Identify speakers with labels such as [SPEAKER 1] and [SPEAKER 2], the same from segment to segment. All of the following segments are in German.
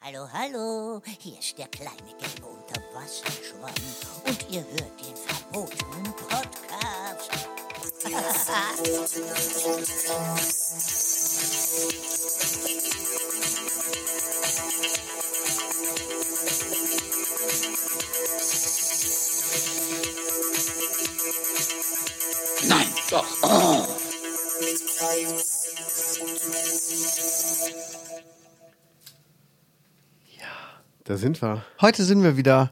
[SPEAKER 1] Hallo, hallo, hier ist der kleine gelbe Unterwasserschwamm und ihr hört den verbotenen Podcast.
[SPEAKER 2] Nein, doch.
[SPEAKER 3] Da sind wir.
[SPEAKER 4] Heute sind wir wieder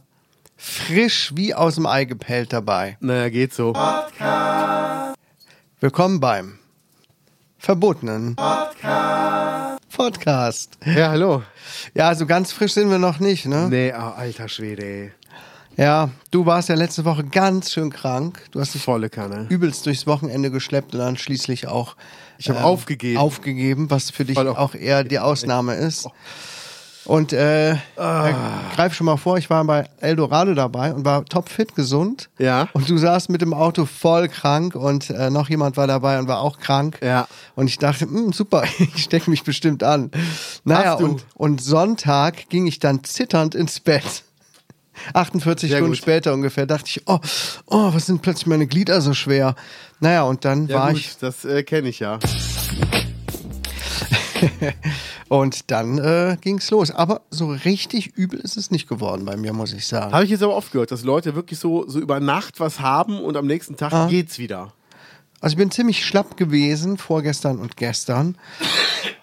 [SPEAKER 4] frisch wie aus dem Ei gepellt dabei.
[SPEAKER 3] Naja, geht so.
[SPEAKER 4] Willkommen beim verbotenen Podcast.
[SPEAKER 3] Ja, hallo.
[SPEAKER 4] Ja, also ganz frisch sind wir noch nicht, ne?
[SPEAKER 3] Nee, ah, alter Schwede, ey.
[SPEAKER 4] Ja, du warst ja letzte Woche ganz schön krank. Du hast dich
[SPEAKER 3] Volle Kanne.
[SPEAKER 4] übelst durchs Wochenende geschleppt und dann schließlich auch
[SPEAKER 3] Mhm.
[SPEAKER 4] ähm,
[SPEAKER 3] Ich habe aufgegeben.
[SPEAKER 4] aufgegeben, was für dich
[SPEAKER 3] Voll auf-
[SPEAKER 4] auch eher die Ausnahme ist. Und äh,
[SPEAKER 3] Ah.
[SPEAKER 4] greif schon mal vor, ich war bei Eldorado dabei und war topfit gesund.
[SPEAKER 3] Ja.
[SPEAKER 4] Und du saßt mit dem Auto voll krank und äh, noch jemand war dabei und war auch krank.
[SPEAKER 3] Ja.
[SPEAKER 4] Und ich dachte, "Hm, super, ich stecke mich bestimmt an. Naja,
[SPEAKER 3] Hast du.
[SPEAKER 4] und, und Sonntag ging ich dann zitternd ins Bett. 48
[SPEAKER 3] Sehr
[SPEAKER 4] Stunden
[SPEAKER 3] gut.
[SPEAKER 4] später ungefähr dachte ich, oh, oh, was sind plötzlich meine Glieder so schwer? Naja, und dann
[SPEAKER 3] Ja,
[SPEAKER 4] war
[SPEAKER 3] gut,
[SPEAKER 4] ich
[SPEAKER 3] das äh, kenne ich ja.
[SPEAKER 4] und dann äh, ging's los. Aber so richtig übel ist es nicht geworden bei mir, muss ich sagen.
[SPEAKER 3] Habe ich jetzt aber oft gehört, dass Leute wirklich so, so über Nacht was haben und am nächsten Tag geht's wieder.
[SPEAKER 4] Also ich bin ziemlich schlapp gewesen vorgestern und gestern.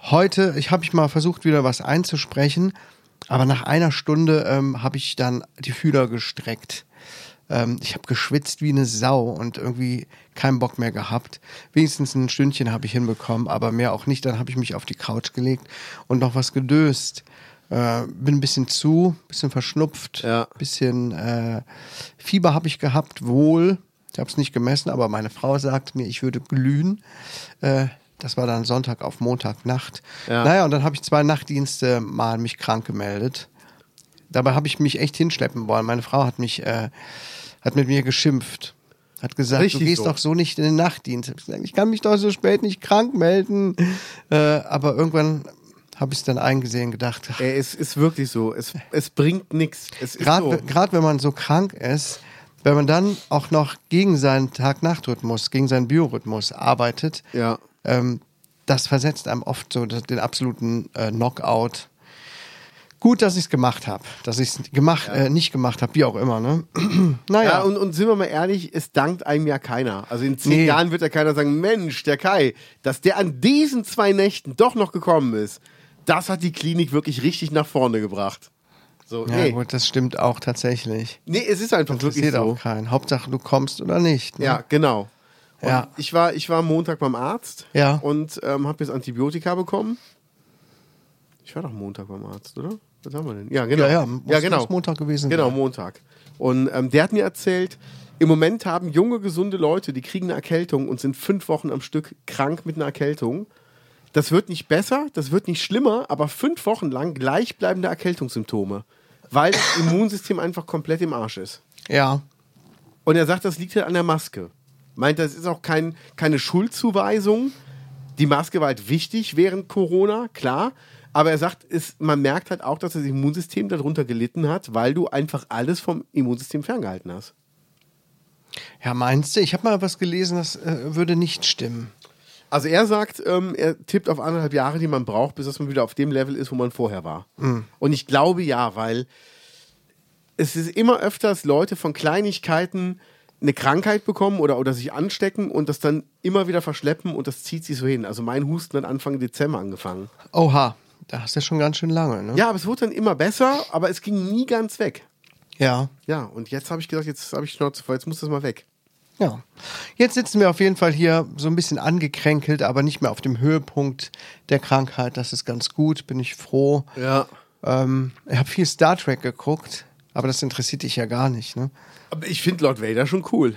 [SPEAKER 4] Heute, ich habe ich mal versucht, wieder was einzusprechen, aber nach einer Stunde ähm, habe ich dann die Fühler gestreckt. Ähm, ich habe geschwitzt wie eine Sau und irgendwie keinen Bock mehr gehabt. Wenigstens ein Stündchen habe ich hinbekommen, aber mehr auch nicht. Dann habe ich mich auf die Couch gelegt und noch was gedöst. Äh, bin ein bisschen zu, bisschen verschnupft,
[SPEAKER 3] Ja.
[SPEAKER 4] bisschen äh, Fieber habe ich gehabt, wohl. Ich habe es nicht gemessen, aber meine Frau sagt mir, ich würde glühen. Äh, das war dann Sonntag auf Montagnacht.
[SPEAKER 3] Ja.
[SPEAKER 4] Naja, und dann habe ich zwei Nachtdienste mal mich krank gemeldet. Dabei habe ich mich echt hinschleppen wollen. Meine Frau hat mich, äh, hat mit mir geschimpft. Hat gesagt, du
[SPEAKER 3] Richtig
[SPEAKER 4] gehst
[SPEAKER 3] so.
[SPEAKER 4] doch so nicht in den Nachtdienst. Hab Ich, gesagt, ich kann mich doch so spät nicht krank melden. Äh, aber irgendwann habe ich es dann eingesehen, gedacht, ach,
[SPEAKER 3] Ey, es ist wirklich so. Es, es bringt nichts. Es ist
[SPEAKER 4] gerade
[SPEAKER 3] so.
[SPEAKER 4] gerade wenn man so krank ist, wenn man dann auch noch gegen seinen Tag-Nacht-Rhythmus, gegen seinen Biorhythmus arbeitet,
[SPEAKER 3] Ja.
[SPEAKER 4] ähm, das versetzt einem oft so das- den absoluten äh, Knockout. Gut, dass ich es gemacht habe, dass ich es gemacht, äh, nicht gemacht habe, wie auch immer. Ne?
[SPEAKER 3] Ah,
[SPEAKER 4] naja,
[SPEAKER 3] Ja, und, und sind wir mal ehrlich, es dankt einem ja keiner. Also in zehn
[SPEAKER 4] Nee.
[SPEAKER 3] Jahren wird ja keiner sagen, Mensch, der Kai, dass der an diesen zwei Nächten doch noch gekommen ist, das hat die Klinik wirklich richtig nach vorne gebracht. So,
[SPEAKER 4] ja
[SPEAKER 3] nee.
[SPEAKER 4] gut, das stimmt auch tatsächlich.
[SPEAKER 3] nee, es ist einfach
[SPEAKER 4] Das
[SPEAKER 3] wirklich
[SPEAKER 4] sieht
[SPEAKER 3] so.
[SPEAKER 4] auch keinen. Hauptsache, du kommst oder nicht. Ne?
[SPEAKER 3] Ja, genau. Und
[SPEAKER 4] Ja.
[SPEAKER 3] Ich, war, ich war Montag beim Arzt
[SPEAKER 4] Ja.
[SPEAKER 3] und ähm, habe jetzt Antibiotika bekommen. Ich war doch Montag beim Arzt, oder? Was haben wir denn? Ja, genau.
[SPEAKER 4] Ja, ja, muss-
[SPEAKER 3] genau.
[SPEAKER 4] muss Montag gewesen
[SPEAKER 3] Genau,
[SPEAKER 4] sein.
[SPEAKER 3] Montag. Und ähm, der hat mir erzählt, im Moment haben junge, gesunde Leute, die kriegen eine Erkältung und sind fünf Wochen am Stück krank mit einer Erkältung. Das wird nicht besser, das wird nicht schlimmer, aber fünf Wochen lang gleichbleibende Erkältungssymptome, weil das Immunsystem einfach komplett im Arsch ist.
[SPEAKER 4] ja.
[SPEAKER 3] Und er sagt, das liegt halt an der Maske. Meint, das ist auch kein, keine Schuldzuweisung. Die Maske war halt wichtig während Corona, klar. Aber er sagt, es, man merkt halt auch, dass das Immunsystem darunter gelitten hat, weil du einfach alles vom Immunsystem ferngehalten hast.
[SPEAKER 4] Ja, meinst du? Ich habe mal was gelesen, das äh, würde nicht stimmen.
[SPEAKER 3] Also er sagt, ähm, er tippt auf anderthalb Jahre, die man braucht, bis dass man wieder auf dem Level ist, wo man vorher war. Und ich glaube ja, weil es ist immer öfters Leute von Kleinigkeiten eine Krankheit bekommen oder, oder sich anstecken und das dann immer wieder verschleppen und das zieht sich so hin. Also mein Husten hat Anfang Dezember angefangen.
[SPEAKER 4] Hm. Oha, da hast du ja schon ganz schön lange, ne?
[SPEAKER 3] Ja, aber es wurde dann immer besser, aber es ging nie ganz weg.
[SPEAKER 4] Ja.
[SPEAKER 3] Ja, und jetzt habe ich gedacht, jetzt habe ich Schnauze voll, jetzt muss das mal weg.
[SPEAKER 4] Ja. Jetzt sitzen wir auf jeden Fall hier so ein bisschen angekränkelt, aber nicht mehr auf dem Höhepunkt der Krankheit. Das ist ganz gut, bin ich froh.
[SPEAKER 3] Ja.
[SPEAKER 4] Ähm, ich habe viel Star Trek geguckt, aber das interessiert dich ja gar nicht, ne?
[SPEAKER 3] Aber ich finde Lord Vader schon cool.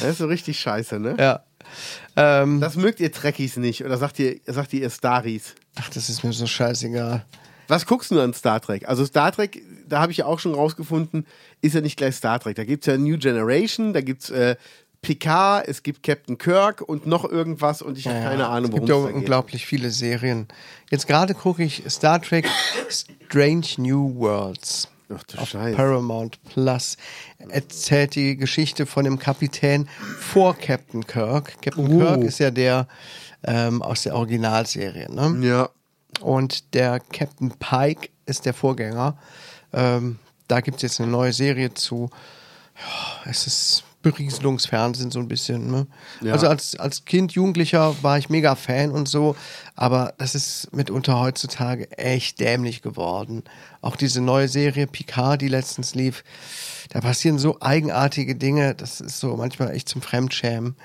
[SPEAKER 3] das ist so richtig scheiße, ne?
[SPEAKER 4] Ja. Ähm,
[SPEAKER 3] Das mögt ihr Trekkies nicht oder sagt ihr, sagt ihr, ihr Staris?
[SPEAKER 4] ach, das ist mir so scheißegal.
[SPEAKER 3] Was guckst du an Star Trek? Also Star Trek, da habe ich ja auch schon rausgefunden, ist ja nicht gleich Star Trek. Da gibt es ja New Generation, da gibt es äh, Picard, es gibt Captain Kirk und noch irgendwas und ich habe keine Ahnung,
[SPEAKER 4] Äh, Es
[SPEAKER 3] worum
[SPEAKER 4] gibt ja
[SPEAKER 3] es da geht.
[SPEAKER 4] unglaublich viele Serien. Jetzt gerade gucke ich Star Trek Strange New Worlds.
[SPEAKER 3] Ach du
[SPEAKER 4] auf
[SPEAKER 3] Scheiße.
[SPEAKER 4] Paramount Plus erzählt die Geschichte von dem Kapitän vor Captain Kirk. Captain
[SPEAKER 3] Uh.
[SPEAKER 4] Kirk ist ja der ähm, aus der Originalserie. Ne?
[SPEAKER 3] Ja.
[SPEAKER 4] Und der Captain Pike ist der Vorgänger. Ähm, da gibt es jetzt eine neue Serie zu. Ja, es ist Berieselungsfernsehen so ein bisschen. Ne?
[SPEAKER 3] Ja.
[SPEAKER 4] Also als, als Kind, Jugendlicher war ich mega Fan und so. Aber das ist mitunter heutzutage echt dämlich geworden. Auch diese neue Serie Picard, die letztens lief. Da passieren so eigenartige Dinge. Das ist so manchmal echt zum Fremdschämen.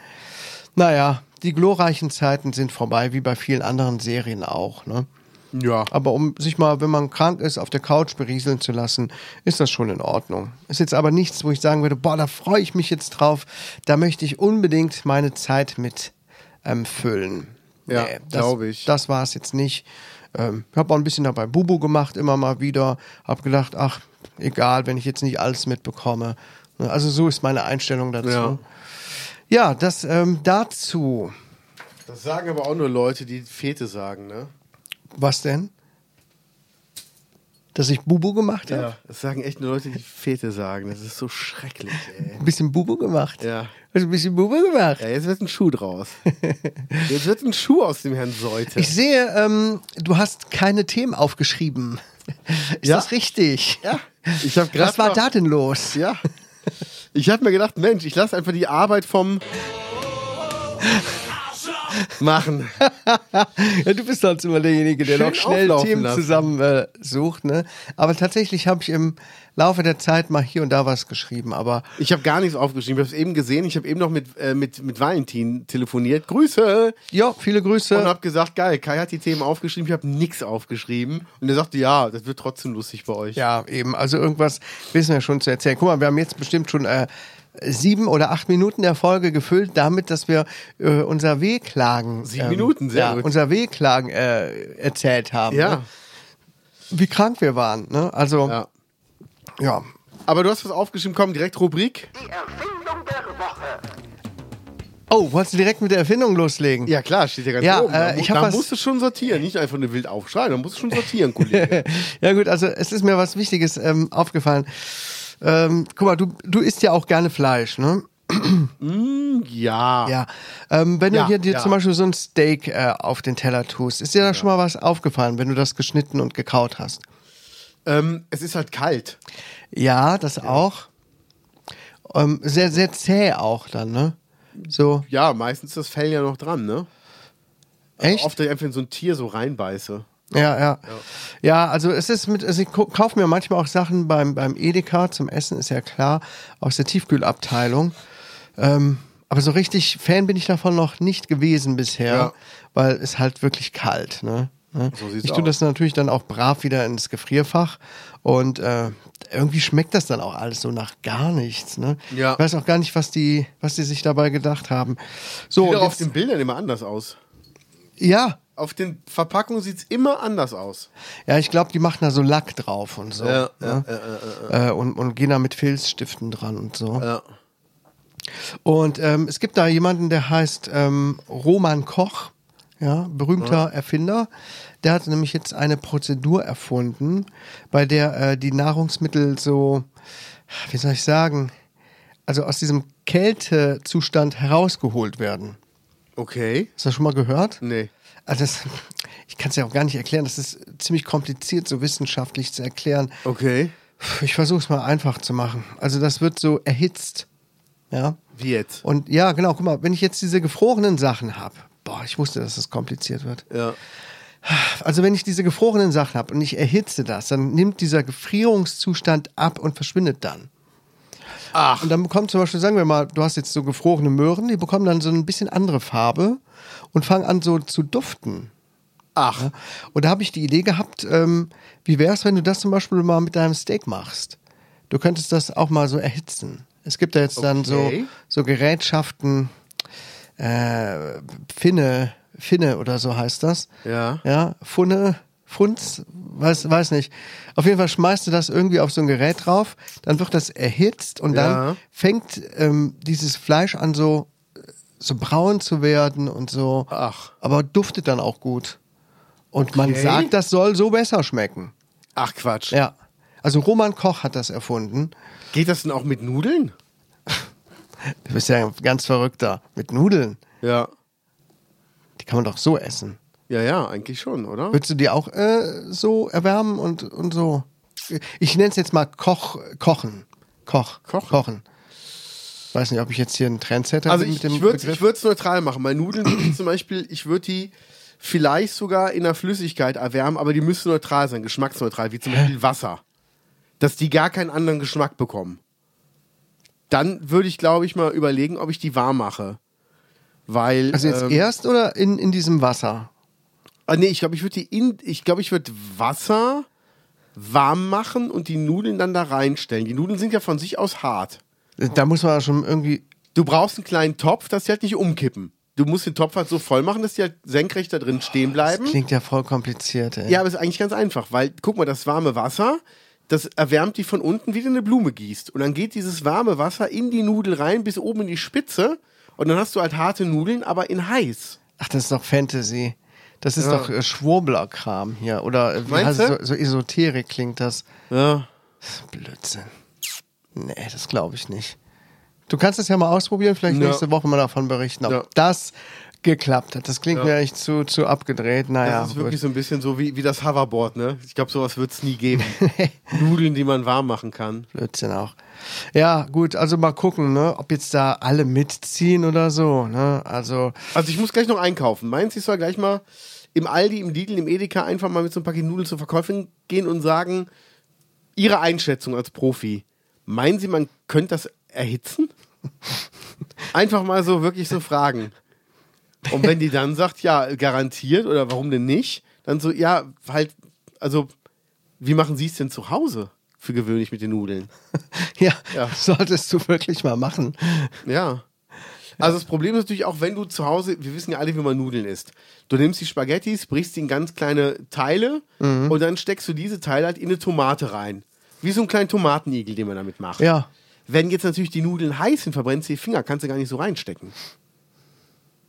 [SPEAKER 4] Naja, die glorreichen Zeiten sind vorbei, wie bei vielen anderen Serien auch. Ne?
[SPEAKER 3] Ja.
[SPEAKER 4] Aber um sich mal, wenn man krank ist, auf der Couch berieseln zu lassen, ist das schon in Ordnung. Ist jetzt aber nichts, wo ich sagen würde, boah, da freue ich mich jetzt drauf. Da möchte ich unbedingt meine Zeit mit ähm, füllen.
[SPEAKER 3] Ja,
[SPEAKER 4] das-
[SPEAKER 3] glaub ich.
[SPEAKER 4] Das war es jetzt nicht. Ähm, ich habe auch ein bisschen dabei Bubu gemacht, immer mal wieder. Hab gedacht, ach, egal, wenn ich jetzt nicht alles mitbekomme. Ne, Also so ist meine Einstellung dazu.
[SPEAKER 3] Ja.
[SPEAKER 4] Ja, das ähm, dazu.
[SPEAKER 3] Das sagen aber auch nur Leute, die Fete sagen, ne?
[SPEAKER 4] Was denn? Dass ich Bubu gemacht habe?
[SPEAKER 3] Das sagen echt nur Leute, die Fete sagen. Das ist so schrecklich, ey.
[SPEAKER 4] Ein bisschen Bubu gemacht.
[SPEAKER 3] Ja.
[SPEAKER 4] Hast du ein bisschen Bubu gemacht?
[SPEAKER 3] Ja, jetzt wird ein Schuh draus. Jetzt wird ein Schuh aus dem Herrn Seute.
[SPEAKER 4] Ich sehe, ähm, du hast keine Themen aufgeschrieben. Ist
[SPEAKER 3] Ja.
[SPEAKER 4] das richtig?
[SPEAKER 3] Ja. Ich hab grad
[SPEAKER 4] Was war
[SPEAKER 3] noch-
[SPEAKER 4] da denn los?
[SPEAKER 3] Ja. Ich habe mir gedacht, Mensch, ich lasse einfach die Arbeit vom machen.
[SPEAKER 4] Ja, du bist halt immer derjenige, der
[SPEAKER 3] Schön
[SPEAKER 4] noch schnell
[SPEAKER 3] auflaufen
[SPEAKER 4] Themen
[SPEAKER 3] lassen.
[SPEAKER 4] zusammen äh, sucht. Ne? Aber tatsächlich habe ich im Laufe der Zeit mal hier und da was geschrieben. Aber
[SPEAKER 3] Ich habe gar nichts aufgeschrieben. Ich habe es eben gesehen. Ich habe eben noch mit, äh, mit, mit Valentin telefoniert. Grüße!
[SPEAKER 4] ja, viele
[SPEAKER 3] Und
[SPEAKER 4] Grüße.
[SPEAKER 3] habe gesagt, geil, Kai hat die Themen aufgeschrieben. Ich habe nichts aufgeschrieben. Und er sagte, ja, das wird trotzdem lustig bei euch.
[SPEAKER 4] Ja, eben. Also irgendwas wissen wir schon zu erzählen. Guck mal, wir haben jetzt bestimmt schon äh, sieben oder acht Minuten der Folge gefüllt damit, dass wir äh, unser Wehklagen. ähm,
[SPEAKER 3] Sieben Minuten, sehr
[SPEAKER 4] ja,
[SPEAKER 3] gut.
[SPEAKER 4] Unser Wehklagen äh, erzählt haben.
[SPEAKER 3] Ja.
[SPEAKER 4] Ne? Wie krank wir waren. Ne? Also,
[SPEAKER 3] ja.
[SPEAKER 4] ja.
[SPEAKER 3] Aber du hast was aufgeschrieben. Komm, direkt Rubrik.
[SPEAKER 4] Oh, wolltest du direkt mit der Erfindung loslegen?
[SPEAKER 3] Ja, klar, steht ja ganz
[SPEAKER 4] Ja,
[SPEAKER 3] oben. Da,
[SPEAKER 4] äh,
[SPEAKER 3] mu-
[SPEAKER 4] ich hab
[SPEAKER 3] da
[SPEAKER 4] was-
[SPEAKER 3] musst du schon sortieren. Nicht einfach nur wild aufschreiben. Da musst du schon sortieren, Kollege.
[SPEAKER 4] ja gut, also es ist mir was Wichtiges ähm, aufgefallen. Ähm, guck mal, du, du isst ja auch gerne Fleisch, ne?
[SPEAKER 3] ja.
[SPEAKER 4] Ja. Ähm, wenn
[SPEAKER 3] Ja,
[SPEAKER 4] du hier dir
[SPEAKER 3] ja.
[SPEAKER 4] zum Beispiel so ein Steak äh, auf den Teller tust, ist dir da schon mal was aufgefallen, wenn du das geschnitten und gekaut hast?
[SPEAKER 3] Ähm, es ist halt kalt.
[SPEAKER 4] Ja, das auch. Ähm, sehr, sehr zäh auch dann, ne? So,
[SPEAKER 3] Ja, meistens ist das Fell ja noch dran, ne?
[SPEAKER 4] echt?
[SPEAKER 3] Oft, dass ich einfach in so ein Tier so reinbeiße.
[SPEAKER 4] Ja, ja. Ja, also es ist mit, also ich ko- kaufe mir manchmal auch Sachen beim, beim Edeka zum Essen, ist ja klar, aus der Tiefkühlabteilung. Ähm, aber so richtig Fan bin ich davon noch nicht gewesen bisher,
[SPEAKER 3] Ja.
[SPEAKER 4] weil es halt wirklich kalt, ne? Ne?
[SPEAKER 3] So sieht's
[SPEAKER 4] ich tue
[SPEAKER 3] aus.
[SPEAKER 4] das natürlich dann auch brav wieder ins Gefrierfach und äh, irgendwie schmeckt das dann auch alles so nach gar nichts. Ne?
[SPEAKER 3] Ja.
[SPEAKER 4] Ich weiß auch gar nicht, was die, was die sich dabei gedacht haben. So,
[SPEAKER 3] Sieht
[SPEAKER 4] und
[SPEAKER 3] auch auf
[SPEAKER 4] jetzt,
[SPEAKER 3] den Bildern immer anders aus.
[SPEAKER 4] ja,
[SPEAKER 3] Auf den Verpackungen sieht es immer anders aus.
[SPEAKER 4] Ja, ich glaube, die machen da so Lack drauf und so.
[SPEAKER 3] Ja,
[SPEAKER 4] ne? Äh, und, und gehen da mit Filzstiften dran und so.
[SPEAKER 3] Ja.
[SPEAKER 4] Und ähm, es gibt da jemanden, der heißt ähm, Roman Koch, ja, berühmter Erfinder. Der hat nämlich jetzt eine Prozedur erfunden, bei der äh, die Nahrungsmittel so, wie soll ich sagen, also aus diesem Kältezustand herausgeholt werden.
[SPEAKER 3] Okay.
[SPEAKER 4] Hast du das schon mal gehört?
[SPEAKER 3] Nee.
[SPEAKER 4] Also das, ich kann es ja auch gar nicht erklären. Das ist ziemlich kompliziert, so wissenschaftlich zu erklären.
[SPEAKER 3] Okay.
[SPEAKER 4] Ich versuche es mal einfach zu machen. Also das wird so erhitzt. Ja.
[SPEAKER 3] Wie jetzt?
[SPEAKER 4] Und ja, genau, guck mal, wenn ich jetzt diese gefrorenen Sachen habe, boah, ich wusste, dass das kompliziert wird.
[SPEAKER 3] Ja.
[SPEAKER 4] Also wenn ich diese gefrorenen Sachen habe und ich erhitze das, dann nimmt dieser Gefrierungszustand ab und verschwindet dann.
[SPEAKER 3] Ach.
[SPEAKER 4] Und dann bekommt zum Beispiel, sagen wir mal, du hast jetzt so gefrorene Möhren, die bekommen dann so ein bisschen andere Farbe und fangen an so zu duften.
[SPEAKER 3] Ach.
[SPEAKER 4] Und da habe ich die Idee gehabt, ähm, wie wäre es, wenn du das zum Beispiel mal mit deinem Steak machst? Du könntest das auch mal so erhitzen. Es gibt da jetzt dann so,
[SPEAKER 3] Okay.
[SPEAKER 4] so Gerätschaften, äh, Finne, Finne oder so heißt das.
[SPEAKER 3] Ja.
[SPEAKER 4] Ja, Funne, Funz, weiß, weiß nicht. Auf jeden Fall schmeißt du das irgendwie auf so ein Gerät drauf, dann wird das erhitzt und
[SPEAKER 3] Ja.
[SPEAKER 4] dann fängt ähm, dieses Fleisch an so, so braun zu werden und so.
[SPEAKER 3] Ach.
[SPEAKER 4] Aber duftet dann auch gut. Und man sagt, das soll so besser schmecken.
[SPEAKER 3] Ach Quatsch.
[SPEAKER 4] Ja. Also Roman Koch hat das erfunden.
[SPEAKER 3] Geht das denn auch mit Nudeln?
[SPEAKER 4] Du bist ja ein ganz verrückter. Mit Nudeln.
[SPEAKER 3] Ja.
[SPEAKER 4] Die kann man doch so essen.
[SPEAKER 3] Ja, ja, eigentlich schon, oder?
[SPEAKER 4] Würdest du die auch äh, so erwärmen und, und so? Ich nenne es jetzt mal Koch, Kochen. Koch.
[SPEAKER 3] Kochen.
[SPEAKER 4] Kochen. Weiß nicht, ob ich jetzt hier einen Trendsetter
[SPEAKER 3] Also
[SPEAKER 4] bin
[SPEAKER 3] ich, ich würde es neutral machen. Bei Nudeln würd ich zum Beispiel, ich würde die vielleicht sogar in der Flüssigkeit erwärmen, aber die müssen neutral sein, geschmacksneutral, wie zum Beispiel Wasser. Dass die gar keinen anderen Geschmack bekommen. Dann würde ich, glaube ich, mal überlegen, ob ich die warm mache. Weil.
[SPEAKER 4] also jetzt
[SPEAKER 3] ähm,
[SPEAKER 4] erst oder in, in diesem Wasser?
[SPEAKER 3] Ah, nee, ich glaube, ich würde die in, ich glaube, ich würde Wasser warm machen und die Nudeln dann da reinstellen. Die Nudeln sind ja von sich aus hart.
[SPEAKER 4] Da muss man schon irgendwie.
[SPEAKER 3] Du brauchst einen kleinen Topf, dass die halt nicht umkippen. Du musst den Topf halt so voll machen, dass die halt senkrecht da drin stehen
[SPEAKER 4] Das
[SPEAKER 3] bleiben.
[SPEAKER 4] klingt ja voll kompliziert, ey.
[SPEAKER 3] Ja, aber ist eigentlich ganz einfach, weil guck mal, das warme Wasser, das erwärmt die von unten, wie du eine Blume gießt. Und dann geht dieses warme Wasser in die Nudel rein, bis oben in die Spitze. Und dann hast du halt harte Nudeln, aber in heiß.
[SPEAKER 4] Ach, das ist doch Fantasy. Das ist doch äh, Schwurbler-Kram hier. Oder äh, wie
[SPEAKER 3] Meinst
[SPEAKER 4] heißt
[SPEAKER 3] du?
[SPEAKER 4] es? so, so Esoterik klingt das.
[SPEAKER 3] Ja.
[SPEAKER 4] Blödsinn. Nee, das glaube ich nicht. Du kannst es ja mal ausprobieren, vielleicht
[SPEAKER 3] Ja.
[SPEAKER 4] nächste Woche mal davon berichten, ob
[SPEAKER 3] Ja.
[SPEAKER 4] das geklappt hat. Das klingt mir echt zu, zu abgedreht.
[SPEAKER 3] Das
[SPEAKER 4] Naja,
[SPEAKER 3] ist
[SPEAKER 4] gut.
[SPEAKER 3] wirklich so ein bisschen so wie, wie das Hoverboard, ne? Ich glaube, sowas wird es nie geben. Nudeln, die man warm machen kann.
[SPEAKER 4] Blödsinn auch. Ja, gut, also mal gucken, ne, ob jetzt da alle mitziehen oder so. Ne? Also,
[SPEAKER 3] Also ich muss gleich noch einkaufen. Meinst du, ich soll gleich mal im Aldi, im Lidl, im Edeka einfach mal mit so einem Paket Nudeln zur Verkäuferin gehen und sagen, Ihre Einschätzung als Profi, meinen Sie, man könnte das erhitzen? Einfach mal so wirklich so fragen. Und wenn die dann sagt, ja, garantiert oder warum denn nicht, dann so, ja, halt, also, wie machen Sie es denn zu Hause für gewöhnlich mit den Nudeln?
[SPEAKER 4] ja,
[SPEAKER 3] Ja.
[SPEAKER 4] solltest du wirklich mal machen.
[SPEAKER 3] Ja. Also das Problem ist natürlich auch, wenn du zu Hause, wir wissen ja alle, wie man Nudeln isst. Du nimmst die Spaghettis, brichst die in ganz kleine Teile
[SPEAKER 4] Mhm.
[SPEAKER 3] und dann steckst du diese Teile halt in eine Tomate rein. Wie so einen kleinen Tomatenigel, den man damit macht.
[SPEAKER 4] Ja.
[SPEAKER 3] Wenn jetzt natürlich die Nudeln heiß sind, verbrennst du die Finger, kannst du gar nicht so reinstecken.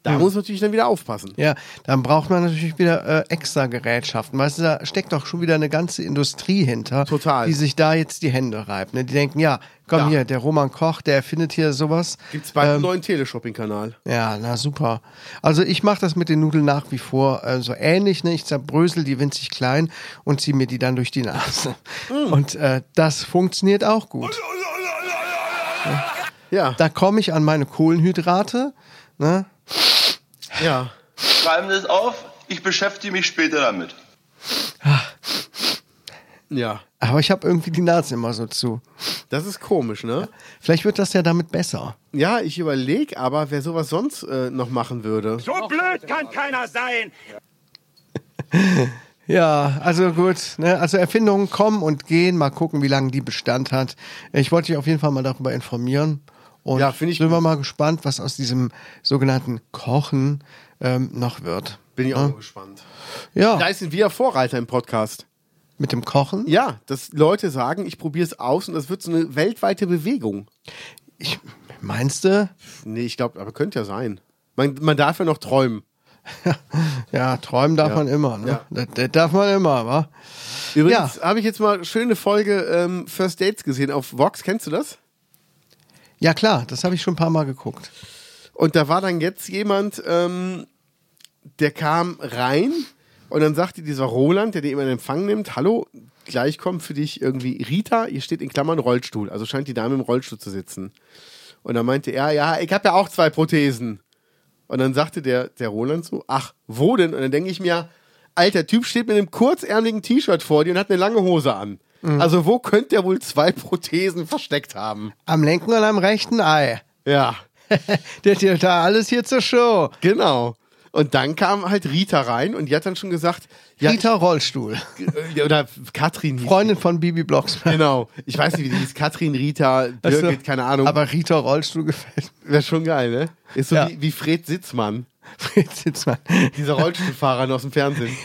[SPEAKER 3] Da muss man natürlich dann wieder aufpassen.
[SPEAKER 4] Mhm. Ja, dann braucht man natürlich wieder äh, extra Gerätschaften. Weißt du, da steckt doch schon wieder eine ganze Industrie hinter,
[SPEAKER 3] Total.
[SPEAKER 4] die sich da jetzt die Hände reibt. Ne? Die denken, ja, komm
[SPEAKER 3] Ja.
[SPEAKER 4] hier, der Roman Koch, der findet hier sowas.
[SPEAKER 3] Gibt's bald
[SPEAKER 4] Ähm.
[SPEAKER 3] einen neuen Teleshopping-Kanal.
[SPEAKER 4] Ja, na super. Also ich mache das mit den Nudeln nach wie vor äh, so ähnlich. Ne? Ich zerbrösel die winzig klein und ziehe mir die dann durch die Nase.
[SPEAKER 3] Mm.
[SPEAKER 4] Und äh, das funktioniert auch gut.
[SPEAKER 3] Ja,
[SPEAKER 4] Da komme ich an meine Kohlenhydrate. Ne?
[SPEAKER 3] ja.
[SPEAKER 5] Schreiben Sie es auf, ich beschäftige mich später damit.
[SPEAKER 3] Ja.
[SPEAKER 4] Aber ich habe irgendwie die Nase immer so zu.
[SPEAKER 3] Das ist komisch, ne?
[SPEAKER 4] Vielleicht wird das ja damit besser.
[SPEAKER 3] Ja, ich überlege aber, wer sowas sonst äh, noch machen würde.
[SPEAKER 6] So blöd kann keiner sein.
[SPEAKER 4] Ja, also gut. Ne? Also Erfindungen kommen und gehen. Mal gucken, wie lange die Bestand hat. Ich wollte dich auf jeden Fall mal darüber informieren. Und
[SPEAKER 3] Ja, finde ich
[SPEAKER 4] sind wir
[SPEAKER 3] gut.
[SPEAKER 4] mal gespannt, was aus diesem sogenannten Kochen ähm, noch wird.
[SPEAKER 3] Bin ich auch mal gespannt.
[SPEAKER 4] Ja,
[SPEAKER 3] Da sind wir Vorreiter im Podcast.
[SPEAKER 4] mit dem Kochen.
[SPEAKER 3] Ja, dass Leute sagen, ich probiere es aus und das wird so eine weltweite Bewegung.
[SPEAKER 4] Ich, meinst du?
[SPEAKER 3] Nee, ich glaube, aber könnte ja sein. Man, man darf ja noch träumen.
[SPEAKER 4] Ja, träumen darf
[SPEAKER 3] Ja.
[SPEAKER 4] man immer. Ne?
[SPEAKER 3] Ja.
[SPEAKER 4] Das, das darf man immer, wa?
[SPEAKER 3] Übrigens habe ich jetzt mal schöne Folge ähm, First Dates gesehen auf Vox. Kennst du das?
[SPEAKER 4] Ja klar, das habe ich schon ein paar Mal geguckt.
[SPEAKER 3] Und da war dann jetzt jemand, ähm, der kam rein und dann sagte dieser Roland, der den immer in Empfang nimmt, hallo, gleich kommt für dich irgendwie Rita, ihr steht in Klammern Rollstuhl. Also scheint die Dame im Rollstuhl zu sitzen. Und dann meinte er, ja, ich habe ja auch zwei Prothesen. Und dann sagte der, der Roland so, ach, wo denn? Und dann denke ich mir, alter Typ steht mit einem kurzärmeligen T-Shirt vor dir und hat eine lange Hose an. Also wo könnte der wohl zwei Prothesen versteckt haben?
[SPEAKER 4] Am linken und am rechten Ei.
[SPEAKER 3] Ja.
[SPEAKER 4] Der hat ja da alles hier zur Show.
[SPEAKER 3] Genau. Und dann kam halt Rita rein und die hat dann schon gesagt, ja,
[SPEAKER 4] Rita Rollstuhl.
[SPEAKER 3] ich, äh, oder Katrin hieß
[SPEAKER 4] Freundin von Bibi Blocksberg.
[SPEAKER 3] Genau. Ich weiß nicht, wie die hieß. Katrin, Rita, Birgit,
[SPEAKER 4] Also,
[SPEAKER 3] keine Ahnung.
[SPEAKER 4] Aber Rita Rollstuhl gefällt mir.
[SPEAKER 3] Wäre schon geil, ne? Ist so
[SPEAKER 4] Ja.
[SPEAKER 3] wie, wie Fred Sitzmann.
[SPEAKER 4] Fred Sitzmann.
[SPEAKER 3] Dieser Rollstuhlfahrer noch aus dem Fernsehen.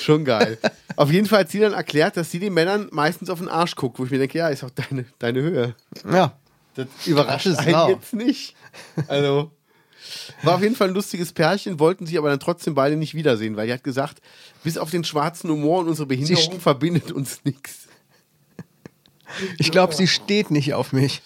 [SPEAKER 3] Schon geil. Auf jeden Fall hat sie dann erklärt, dass sie den Männern meistens auf den Arsch guckt, wo ich mir denke, ja, ist auch deine, deine Höhe.
[SPEAKER 4] Ja.
[SPEAKER 3] Das überrascht
[SPEAKER 4] Das ist
[SPEAKER 3] einen
[SPEAKER 4] lau.
[SPEAKER 3] jetzt nicht. Also. War auf jeden Fall ein lustiges Pärchen, wollten sich aber dann trotzdem beide nicht wiedersehen, weil die hat gesagt, bis auf den schwarzen Humor und unsere Behinderung verbindet uns nichts.
[SPEAKER 4] Ich glaube, sie steht nicht auf mich.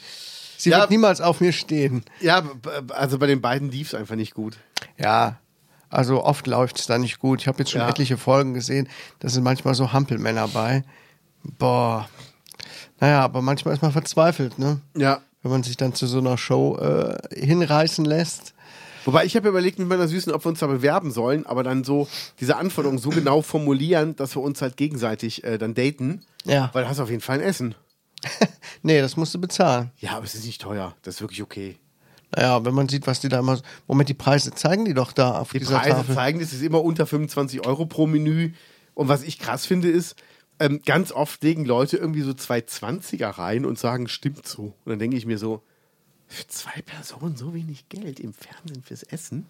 [SPEAKER 4] Sie
[SPEAKER 3] Ja.
[SPEAKER 4] wird niemals auf mir stehen.
[SPEAKER 3] Ja, b- b- also bei den beiden lief es einfach nicht gut.
[SPEAKER 4] Ja. Also oft läuft es da nicht gut. Ich habe jetzt schon
[SPEAKER 3] Ja.
[SPEAKER 4] etliche Folgen gesehen. Da sind manchmal so Hampelmänner bei. Boah. Naja, aber manchmal ist man verzweifelt, ne?
[SPEAKER 3] Ja.
[SPEAKER 4] Wenn man sich dann zu so einer Show äh, hinreißen lässt.
[SPEAKER 3] Wobei ich habe überlegt mit meiner Süßen, ob wir uns da bewerben sollen, aber dann so diese Anforderungen so genau formulieren, dass wir uns halt gegenseitig äh, dann daten.
[SPEAKER 4] Ja.
[SPEAKER 3] Weil da hast du auf jeden Fall ein Essen.
[SPEAKER 4] Nee, das musst du bezahlen.
[SPEAKER 3] Ja, aber es ist nicht teuer. Das ist wirklich okay.
[SPEAKER 4] Naja, wenn man sieht, was die da immer. Moment, die Preise zeigen die doch da auf
[SPEAKER 3] Die
[SPEAKER 4] dieser
[SPEAKER 3] Preise
[SPEAKER 4] Tafel.
[SPEAKER 3] zeigen, es ist immer unter 25 Euro pro Menü. Und was ich krass finde, ist, ähm, ganz oft legen Leute irgendwie so zwei 20er rein und sagen, stimmt so. Und dann denke ich mir so, für zwei Personen so wenig Geld im Fernsehen fürs Essen?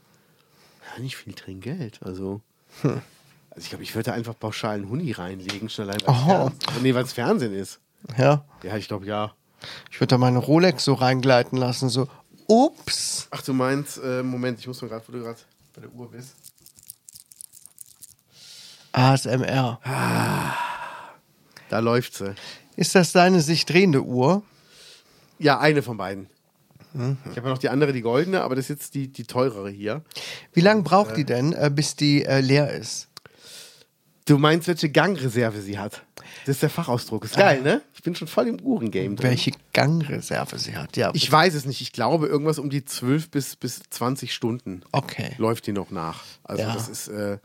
[SPEAKER 3] Ja, nicht viel drin Geld. Also,
[SPEAKER 4] Hm.
[SPEAKER 3] also ich glaube, ich würde da einfach pauschal einen Huni reinlegen, schon allein weil's
[SPEAKER 4] Oh.
[SPEAKER 3] Fernsehen- nee, weil es Fernsehen ist.
[SPEAKER 4] Ja.
[SPEAKER 3] Ja, ich glaube, ja.
[SPEAKER 4] Ich würde da meine Rolex so reingleiten lassen, so. Ups.
[SPEAKER 3] Ach, du meinst, äh, Moment, ich muss mal gerade, wo du gerade bei der Uhr bist.
[SPEAKER 4] ASMR.
[SPEAKER 3] Da läuft sie.
[SPEAKER 4] Ist das deine sich drehende Uhr?
[SPEAKER 3] Ja, eine von beiden. Ich habe ja noch die andere, die goldene, aber das ist jetzt die, die teurere hier.
[SPEAKER 4] Wie lange braucht die denn, äh, bis die äh, leer ist?
[SPEAKER 3] Du meinst, welche Gangreserve sie hat? Das ist der Fachausdruck. Ist geil, ne? Ich bin schon voll im Uhrengame drin.
[SPEAKER 4] Ah. Welche Gangreserve sie hat? Ja.
[SPEAKER 3] Ich weiß es nicht. Ich glaube, irgendwas um die 12 bis, bis 20 Stunden
[SPEAKER 4] Okay.
[SPEAKER 3] läuft die noch nach. Also
[SPEAKER 4] Ja.
[SPEAKER 3] das ist, äh,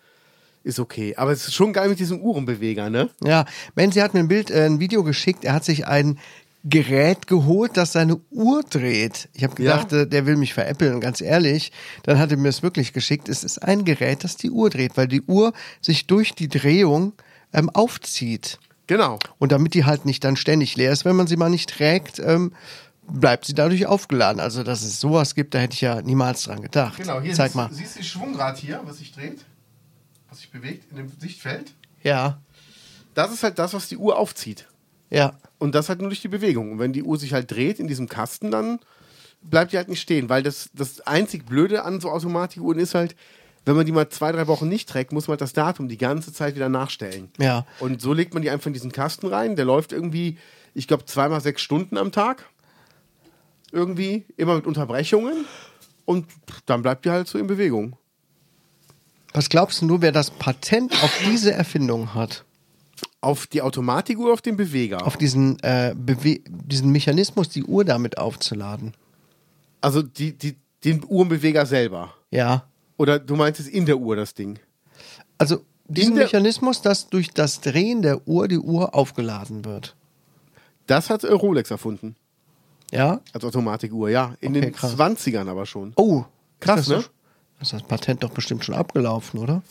[SPEAKER 3] ist okay. Aber es ist schon geil mit diesem Uhrenbeweger, ne?
[SPEAKER 4] Ja, Menzi hat mir ein Bild, äh, ein Video geschickt. Er hat sich ein Gerät geholt, das seine Uhr dreht. Ich habe
[SPEAKER 3] Ja.
[SPEAKER 4] gedacht, äh, der will mich veräppeln, ganz ehrlich. Dann hat er mir es wirklich geschickt. Es ist ein Gerät, das die Uhr dreht, weil die Uhr sich durch die Drehung ähm, aufzieht.
[SPEAKER 3] Genau.
[SPEAKER 4] Und damit die halt nicht dann ständig leer ist, wenn man sie mal nicht trägt, ähm, bleibt sie dadurch aufgeladen. Also, dass es sowas gibt, da hätte ich ja niemals dran gedacht.
[SPEAKER 3] Genau,
[SPEAKER 4] Zeig mal.
[SPEAKER 3] siehst du das Schwungrad hier, was sich dreht? Was sich bewegt in dem Sichtfeld?
[SPEAKER 4] Ja,
[SPEAKER 3] Das ist halt das, was die Uhr aufzieht.
[SPEAKER 4] ja.
[SPEAKER 3] Und das halt nur durch die Bewegung. Und wenn die Uhr sich halt dreht in diesem Kasten, dann bleibt die halt nicht stehen. Weil das, das einzig Blöde an so Automatikuhren ist halt, wenn man die mal zwei, drei Wochen nicht trägt, muss man halt das Datum die ganze Zeit wieder nachstellen.
[SPEAKER 4] Ja.
[SPEAKER 3] Und so legt man die einfach in diesen Kasten rein. Der läuft irgendwie, ich glaube, zweimal sechs Stunden am Tag. Irgendwie, immer mit Unterbrechungen. Und dann bleibt die halt so in Bewegung.
[SPEAKER 4] Was glaubst denn du, wer das Patent auf diese Erfindung hat?
[SPEAKER 3] Auf die Automatikuhr, auf den Beweger.
[SPEAKER 4] auf diesen, äh, Bewe diesen Mechanismus, die Uhr damit aufzuladen.
[SPEAKER 3] also die, die, den Uhrenbeweger selber.
[SPEAKER 4] Ja.
[SPEAKER 3] Oder du meinst es in der Uhr, das Ding?
[SPEAKER 4] Also diesen
[SPEAKER 3] der-
[SPEAKER 4] Mechanismus, dass durch das Drehen der Uhr die Uhr aufgeladen wird.
[SPEAKER 3] Das hat äh, Rolex erfunden.
[SPEAKER 4] Ja?
[SPEAKER 3] Als Automatikuhr, ja. In
[SPEAKER 4] Okay,
[SPEAKER 3] den
[SPEAKER 4] krass.
[SPEAKER 3] 20ern aber schon.
[SPEAKER 4] Oh,
[SPEAKER 3] Krass,
[SPEAKER 4] ist
[SPEAKER 3] ne?
[SPEAKER 4] das, doch- Ist das Patent doch bestimmt schon abgelaufen, oder?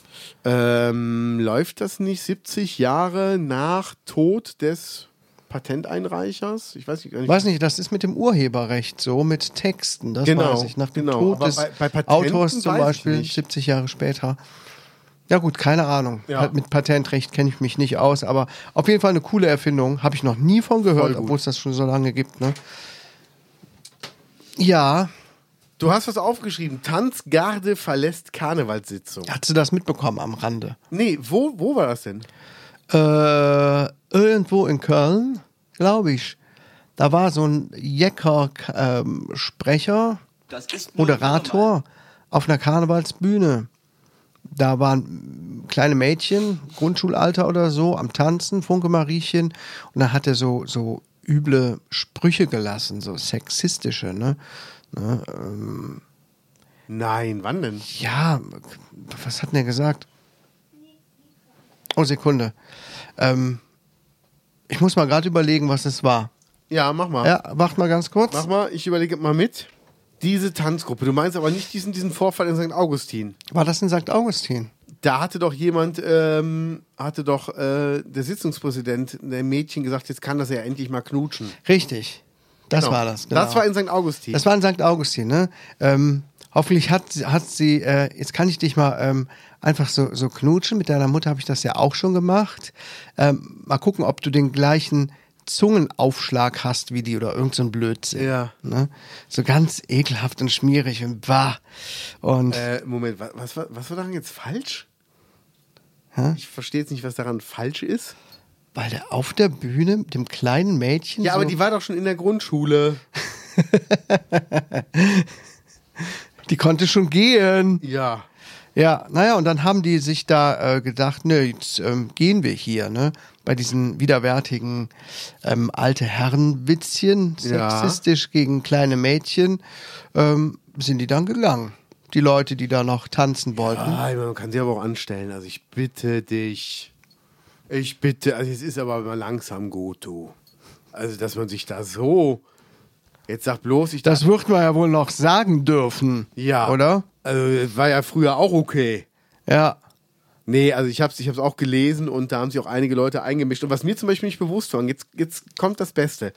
[SPEAKER 3] Ähm, läuft das nicht 70 Jahre nach Tod des Patenteinreichers? Ich weiß nicht. Gar nicht.
[SPEAKER 4] Weiß nicht, das ist mit dem Urheberrecht so, mit Texten, das
[SPEAKER 3] Genau,
[SPEAKER 4] weiß ich. Nach dem
[SPEAKER 3] genau.
[SPEAKER 4] Tod
[SPEAKER 3] Aber
[SPEAKER 4] des
[SPEAKER 3] bei- bei Patenten
[SPEAKER 4] Autors zum
[SPEAKER 3] weiß ich
[SPEAKER 4] Beispiel,
[SPEAKER 3] nicht.
[SPEAKER 4] 70 Jahre später. Ja gut, keine Ahnung.
[SPEAKER 3] Ja.
[SPEAKER 4] Halt mit Patentrecht kenne ich mich nicht aus, aber auf jeden Fall eine coole Erfindung. Habe ich noch nie
[SPEAKER 3] Voll
[SPEAKER 4] von gehört,
[SPEAKER 3] gut.
[SPEAKER 4] obwohl es das schon so lange gibt. Ne? Ja,
[SPEAKER 3] Du hast was aufgeschrieben. Tanzgarde verlässt Karnevalssitzung.
[SPEAKER 4] hast du das mitbekommen am Rande?
[SPEAKER 3] Nee, wo, wo war das denn?
[SPEAKER 4] Äh, irgendwo in Köln, glaube ich. Da war so ein Jäcker-Sprecher,
[SPEAKER 2] Das ist nur
[SPEAKER 4] Moderator auf einer Karnevalsbühne. Da waren kleine Mädchen, Grundschulalter oder so, am Tanzen, Funke Mariechen. Und da hat er so, so üble Sprüche gelassen, so sexistische, ne?
[SPEAKER 3] Nein, wann denn?
[SPEAKER 4] Ja, was hat denn er gesagt? Oh, Sekunde. Ähm, ich muss mal gerade überlegen, was es war.
[SPEAKER 3] Ja, mach mal.
[SPEAKER 4] Ja, wart mal ganz kurz.
[SPEAKER 3] Ah. Mach mal, ich überlege mal mit. Diese Tanzgruppe. Du meinst aber nicht diesen, diesen Vorfall in St. Augustin.
[SPEAKER 4] War das in St. Augustin?
[SPEAKER 3] Da hatte doch jemand, ähm, hatte doch äh, der Sitzungspräsident dem Mädchen gesagt, jetzt kann das ja endlich mal knutschen.
[SPEAKER 4] Richtig. Das
[SPEAKER 3] Genau.
[SPEAKER 4] war das. Genau.
[SPEAKER 3] Das war in St. Augustin.
[SPEAKER 4] Das war in St. Augustin, ne? Ähm, Hoffentlich hat, sie- hat sie, äh, jetzt kann ich dich mal ähm, einfach so, so knutschen. Mit deiner Mutter habe ich das ja auch schon gemacht. Ähm, mal gucken, ob du den gleichen Zungenaufschlag hast wie die oder irgend so ein Blödsinn.
[SPEAKER 3] Ja.
[SPEAKER 4] Ne? So ganz ekelhaft und schmierig und bah. Und
[SPEAKER 3] Äh, Moment, wa- was, war- was war daran jetzt falsch? Ich verstehe jetzt nicht, was daran falsch ist.
[SPEAKER 4] weil der auf der Bühne mit dem kleinen Mädchen.
[SPEAKER 3] Ja,
[SPEAKER 4] so
[SPEAKER 3] aber die war doch schon in der Grundschule.
[SPEAKER 4] Die konnte schon gehen.
[SPEAKER 3] Ja.
[SPEAKER 4] Ja, naja, und dann haben die sich da äh, gedacht, ne, jetzt ähm, gehen wir hier, ne? Bei diesen widerwärtigen ähm, alte Herrenwitzchen,
[SPEAKER 3] Ja.
[SPEAKER 4] sexistisch gegen kleine Mädchen, ähm, sind die dann gegangen. Die Leute, die da noch tanzen wollten.
[SPEAKER 3] Ah, ich meine, man kann sie aber auch anstellen. Also ich bitte dich. Ich bitte, also es ist aber mal langsam gut, du. Also, dass man sich da so. Jetzt sag bloß, ich
[SPEAKER 4] Das wird man ja wohl noch sagen dürfen.
[SPEAKER 3] Ja.
[SPEAKER 4] Oder?
[SPEAKER 3] Also, es war ja früher auch okay.
[SPEAKER 4] Ja.
[SPEAKER 3] Nee, also ich hab's, ich hab's auch gelesen und da haben sich auch einige Leute eingemischt. Und was mir zum Beispiel nicht bewusst war, und jetzt, jetzt kommt das Beste.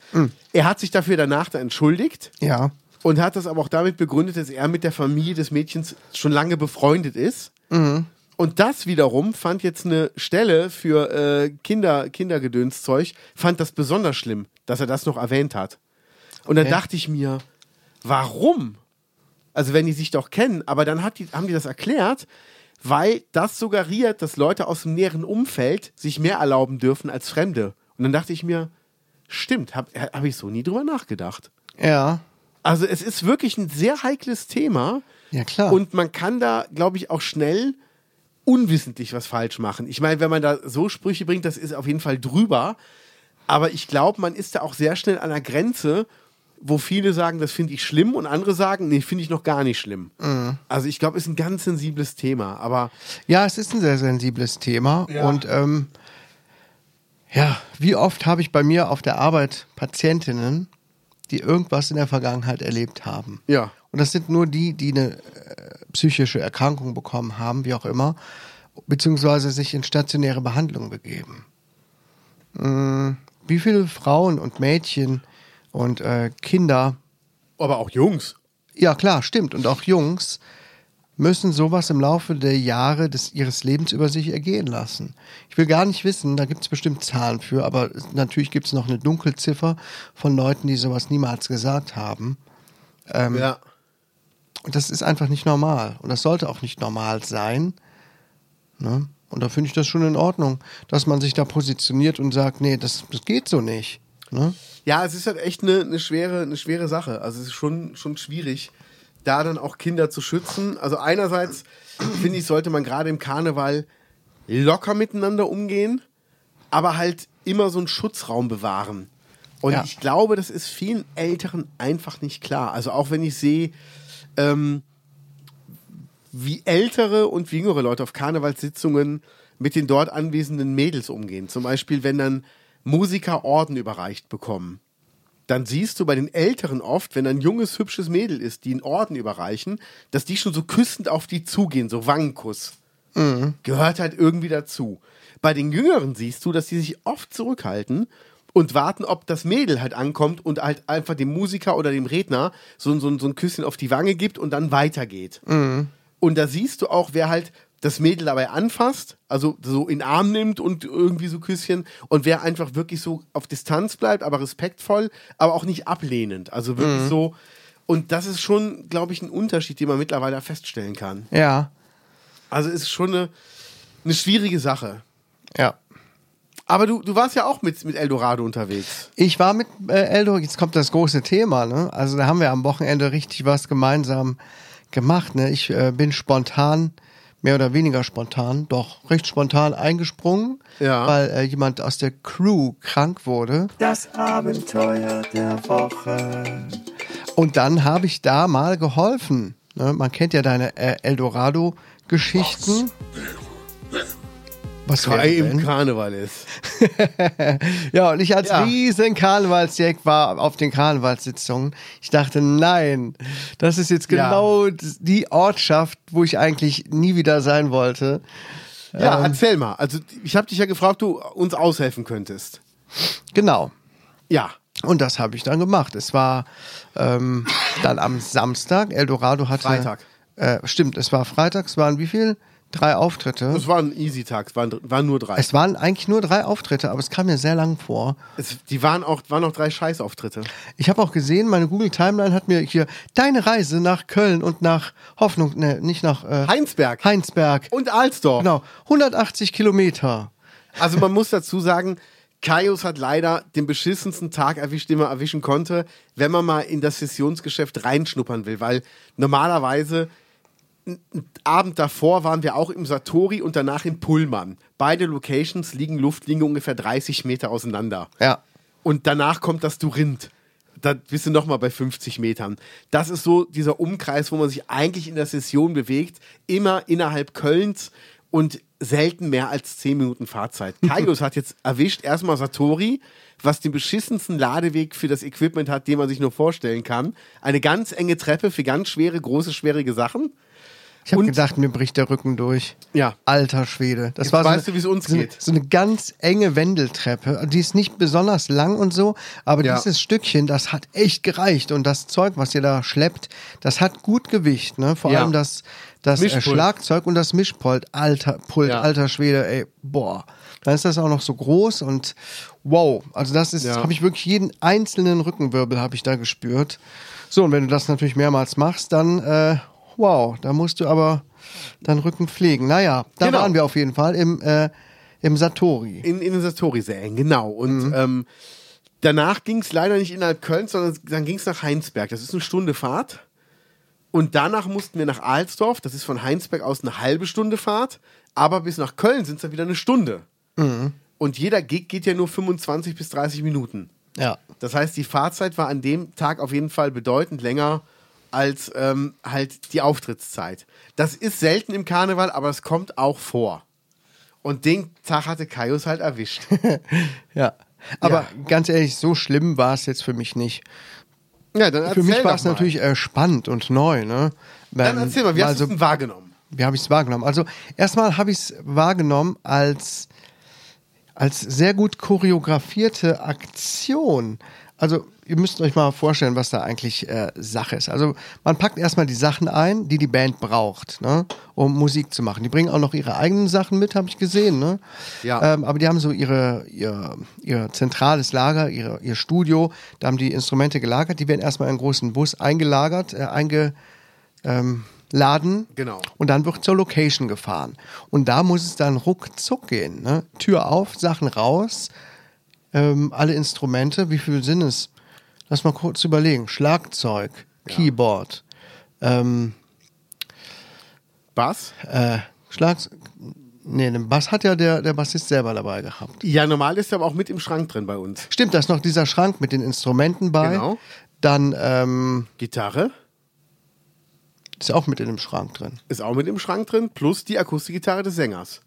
[SPEAKER 3] Er hat sich dafür danach da entschuldigt
[SPEAKER 4] Ja.
[SPEAKER 3] und hat das aber auch damit begründet, dass er mit der Familie des Mädchens schon lange befreundet ist. Und das wiederum fand jetzt eine Stelle für äh, Kinder, Kindergedönszeug, fand das besonders schlimm, dass er das noch erwähnt hat. Und dann
[SPEAKER 4] Okay.
[SPEAKER 3] dachte ich mir, warum? Also wenn die sich doch kennen, aber dann hat die, haben die das erklärt, weil das suggeriert, dass Leute aus dem näheren Umfeld sich mehr erlauben dürfen als Fremde. Und dann dachte ich mir, stimmt, habe hab ich so nie drüber nachgedacht.
[SPEAKER 4] Ja.
[SPEAKER 3] Also es ist wirklich ein sehr heikles Thema.
[SPEAKER 4] Ja, klar.
[SPEAKER 3] Und man kann da, glaube ich, auch schnell unwissentlich was falsch machen. Ich meine, wenn man da so Sprüche bringt, das ist auf jeden Fall drüber. Aber ich glaube, man ist da auch sehr schnell an der Grenze, wo viele sagen, das finde ich schlimm und andere sagen, nee, finde ich noch gar nicht schlimm.
[SPEAKER 4] Mhm.
[SPEAKER 3] Also ich glaube, ist ein ganz sensibles Thema. Aber
[SPEAKER 4] Ja, es ist ein sehr sensibles Thema. Und ähm, ja, wie oft habe ich bei mir auf der Arbeit Patientinnen, die irgendwas in der Vergangenheit erlebt haben.
[SPEAKER 3] Ja.
[SPEAKER 4] Und das sind nur die, die eine äh, psychische Erkrankung bekommen haben, wie auch immer, beziehungsweise sich in stationäre Behandlung begeben. Mm, wie viele Frauen und Mädchen und äh, Kinder
[SPEAKER 3] aber auch Jungs.
[SPEAKER 4] ja, klar, stimmt. Und auch Jungs müssen sowas im Laufe der Jahre des, ihres Lebens über sich ergehen lassen. Ich will gar nicht wissen, da gibt es bestimmt Zahlen für, aber es- natürlich gibt es noch eine Dunkelziffer von Leuten, die sowas niemals gesagt haben. Ähm,
[SPEAKER 3] Ja.
[SPEAKER 4] Und das ist einfach nicht normal. Und das sollte auch nicht normal sein. Ne? Und da finde ich das schon in Ordnung, dass man sich da positioniert und sagt, nee, das, das geht so nicht. Ne?
[SPEAKER 3] Ja, es ist halt echt eine, eine, schwere, eine schwere Sache. Also es ist schon, schon schwierig, da dann auch Kinder zu schützen. Also einerseits, finde ich, sollte man gerade im Karneval locker miteinander umgehen, aber halt immer so einen Schutzraum bewahren. Und
[SPEAKER 4] Ja.
[SPEAKER 3] ich glaube, das ist vielen Älteren einfach nicht klar. Also auch wenn ich sehe, ähm, wie ältere und wie jüngere Leute auf Karnevalssitzungen mit den dort anwesenden Mädels umgehen. Zum Beispiel, wenn dann Musiker Orden überreicht bekommen. Dann siehst du bei den Älteren oft, wenn ein junges, hübsches Mädel ist, die einen Orden überreichen, dass die schon so küssend auf die zugehen, so Wangenkuss. Gehört halt irgendwie dazu. Bei den Jüngeren siehst du, dass die sich oft zurückhalten und warten, ob das Mädel halt ankommt und halt einfach dem Musiker oder dem Redner so, so, so ein Küsschen auf die Wange gibt und dann weitergeht. Und da siehst du auch, wer halt das Mädel dabei anfasst, also so in den Arm nimmt und irgendwie so Küsschen und wer einfach wirklich so auf Distanz bleibt, aber respektvoll, aber auch nicht ablehnend. Also wirklich so. Und das ist schon, glaube ich, ein Unterschied, den man mittlerweile feststellen kann.
[SPEAKER 4] Ja,
[SPEAKER 3] Also es ist schon eine, eine schwierige Sache.
[SPEAKER 4] ja.
[SPEAKER 3] Aber du, du warst ja auch mit, mit Eldorado unterwegs.
[SPEAKER 4] Ich war mit äh, Eldo, jetzt kommt das große Thema, ne? Also da haben wir am Wochenende richtig was gemeinsam gemacht, ne? Ich äh, bin spontan, mehr oder weniger spontan, doch recht spontan eingesprungen,
[SPEAKER 3] Ja.
[SPEAKER 4] weil äh, jemand aus der Crew krank wurde.
[SPEAKER 7] Das Abenteuer der Woche.
[SPEAKER 4] Und dann habe ich da mal geholfen. Ne? Man kennt ja deine äh, Eldorado-Geschichten. Was wäre denn?
[SPEAKER 3] Karneval ist.
[SPEAKER 4] Ja, und ich als
[SPEAKER 3] Ja.
[SPEAKER 4] riesen Karnevalsjack war auf den Karnevalssitzungen. Ich dachte, nein, das ist jetzt
[SPEAKER 3] Ja.
[SPEAKER 4] genau d- die Ortschaft, wo ich eigentlich nie wieder sein wollte.
[SPEAKER 3] Ja, erzähl mal. Also ich habe dich ja gefragt, du uns aushelfen könntest.
[SPEAKER 4] Genau.
[SPEAKER 3] Ja.
[SPEAKER 4] Und das habe ich dann gemacht. Es war ähm, dann am Samstag. Eldorado hatte.
[SPEAKER 3] Freitag.
[SPEAKER 4] Äh, stimmt, es war Freitag. Es waren wie viel? Drei Auftritte.
[SPEAKER 3] Es war ein Easy-Tag, es waren, waren nur drei.
[SPEAKER 4] Hm? Es waren eigentlich nur drei Auftritte, aber es kam mir sehr lang vor.
[SPEAKER 3] Es, die waren auch, waren auch drei Scheißauftritte.
[SPEAKER 4] Ich habe auch gesehen, meine Google Timeline hat mir hier deine Reise nach Köln und nach Hoffnung, ne, nicht nach äh,
[SPEAKER 3] Heinsberg.
[SPEAKER 4] Heinsberg.
[SPEAKER 3] Und Alsdorf.
[SPEAKER 4] genau, 180 Kilometer.
[SPEAKER 3] Also man muss dazu sagen, Kaius hat leider den beschissensten Tag erwischt, den man erwischen konnte, wenn man mal in das Sessionsgeschäft reinschnuppern will, weil normalerweise n- n- Abend davor waren wir auch im Satori und danach in Pullman. Beide Locations liegen Luftlinie ungefähr 30 Meter auseinander.
[SPEAKER 4] Ja.
[SPEAKER 3] Und danach kommt das Durinth. Da bist du nochmal bei 50 Metern. Das ist so dieser Umkreis, wo man sich eigentlich in der Session bewegt, immer innerhalb Kölns und selten mehr als 10 Minuten Fahrzeit. Kaius hat jetzt erwischt erstmal Satori, was den beschissensten Ladeweg für das Equipment hat, den man sich nur vorstellen kann. Eine ganz enge Treppe für ganz schwere, große, schwierige Sachen.
[SPEAKER 4] Ich habe
[SPEAKER 3] Und-
[SPEAKER 4] gedacht, mir bricht der Rücken durch.
[SPEAKER 3] Ja.
[SPEAKER 4] Alter Schwede. Das
[SPEAKER 3] Jetzt
[SPEAKER 4] war
[SPEAKER 3] weißt
[SPEAKER 4] so
[SPEAKER 3] du,
[SPEAKER 4] eine,
[SPEAKER 3] wie's uns
[SPEAKER 4] so, eine-
[SPEAKER 3] geht.
[SPEAKER 4] so eine ganz enge Wendeltreppe. Die ist nicht besonders lang und so, aber
[SPEAKER 3] Ja.
[SPEAKER 4] dieses Stückchen, das hat echt gereicht. Und das Zeug, was ihr da schleppt, das hat gut Gewicht. Ne? Vor
[SPEAKER 3] Ja.
[SPEAKER 4] allem das, das äh,
[SPEAKER 3] Mischpult.
[SPEAKER 4] Schlagzeug und das Mischpult. Alter, Pult,
[SPEAKER 3] Ja.
[SPEAKER 4] alter Schwede, ey, boah. Dann ist das auch noch so groß und wow. Also das ist,
[SPEAKER 3] Ja.
[SPEAKER 4] habe ich wirklich jeden einzelnen Rückenwirbel habe ich da gespürt. So, und wenn du das natürlich mehrmals machst, dann äh, wow, da musst du aber deinen Rücken pflegen. Naja, da
[SPEAKER 3] Genau.
[SPEAKER 4] waren wir auf jeden Fall im, äh, im Satori.
[SPEAKER 3] In, in den Satori-Sälen, genau. Und ähm, danach ging es leider nicht innerhalb Köln, sondern dann ging es nach Heinsberg. Das ist eine Stunde Fahrt. Und danach mussten wir nach Alsdorf. Das ist von Heinsberg aus eine halbe Stunde Fahrt. Aber bis nach Köln sind es dann wieder eine Stunde. Und jeder Gig geht ja nur 25 bis 30 Minuten.
[SPEAKER 4] Ja.
[SPEAKER 3] Das heißt, die Fahrzeit war an dem Tag auf jeden Fall bedeutend länger als ähm, halt die Auftrittszeit. Das ist selten im Karneval, aber es kommt auch vor. Und den Tag hatte Kaius halt erwischt.
[SPEAKER 4] Ja. Aber
[SPEAKER 3] Ja.
[SPEAKER 4] ganz ehrlich, so schlimm war es jetzt für mich nicht.
[SPEAKER 3] Ja, dann
[SPEAKER 4] Für
[SPEAKER 3] erzähl
[SPEAKER 4] mich war
[SPEAKER 3] doch
[SPEAKER 4] es
[SPEAKER 3] mal.
[SPEAKER 4] natürlich äh, spannend und neu, ne?
[SPEAKER 3] Dann
[SPEAKER 4] Ähm,
[SPEAKER 3] erzähl mal, wie hast du
[SPEAKER 4] also-
[SPEAKER 3] es denn wahrgenommen?
[SPEAKER 4] wie habe ich es wahrgenommen? Also erstmal habe ich es wahrgenommen als, als sehr gut choreografierte Aktion. Also ihr müsst euch mal vorstellen, was da eigentlich äh, Sache ist. Also man packt erstmal die Sachen ein, die die Band braucht, ne? um Musik zu machen. Die bringen auch noch ihre eigenen Sachen mit, habe ich gesehen. Ne?
[SPEAKER 3] Ja.
[SPEAKER 4] Ähm, aber die haben so ihre, ihr, ihr zentrales Lager, ihre, ihr Studio. Da haben die Instrumente gelagert. Die werden erstmal in einen großen Bus eingelagert, äh, einge, Laden.
[SPEAKER 3] Genau.
[SPEAKER 4] Und dann wird zur Location gefahren. Und da muss es dann ruckzuck gehen. Ne? Tür auf, Sachen raus, ähm, alle Instrumente. Wie viel sind es? Lass mal kurz überlegen. Schlagzeug, Keyboard,
[SPEAKER 3] Bass?
[SPEAKER 4] äh, Schlags. Nee, den Bass hat ja der, der Bassist selber dabei gehabt.
[SPEAKER 3] Ja, normal ist er aber auch mit im Schrank drin bei uns.
[SPEAKER 4] Stimmt, da ist noch dieser Schrank mit den Instrumenten bei.
[SPEAKER 3] Genau.
[SPEAKER 4] Dann ähm,
[SPEAKER 3] Gitarre
[SPEAKER 4] ist auch mit in dem Schrank drin.
[SPEAKER 3] ist auch mit im Schrank drin, plus die Akustikgitarre des Sängers.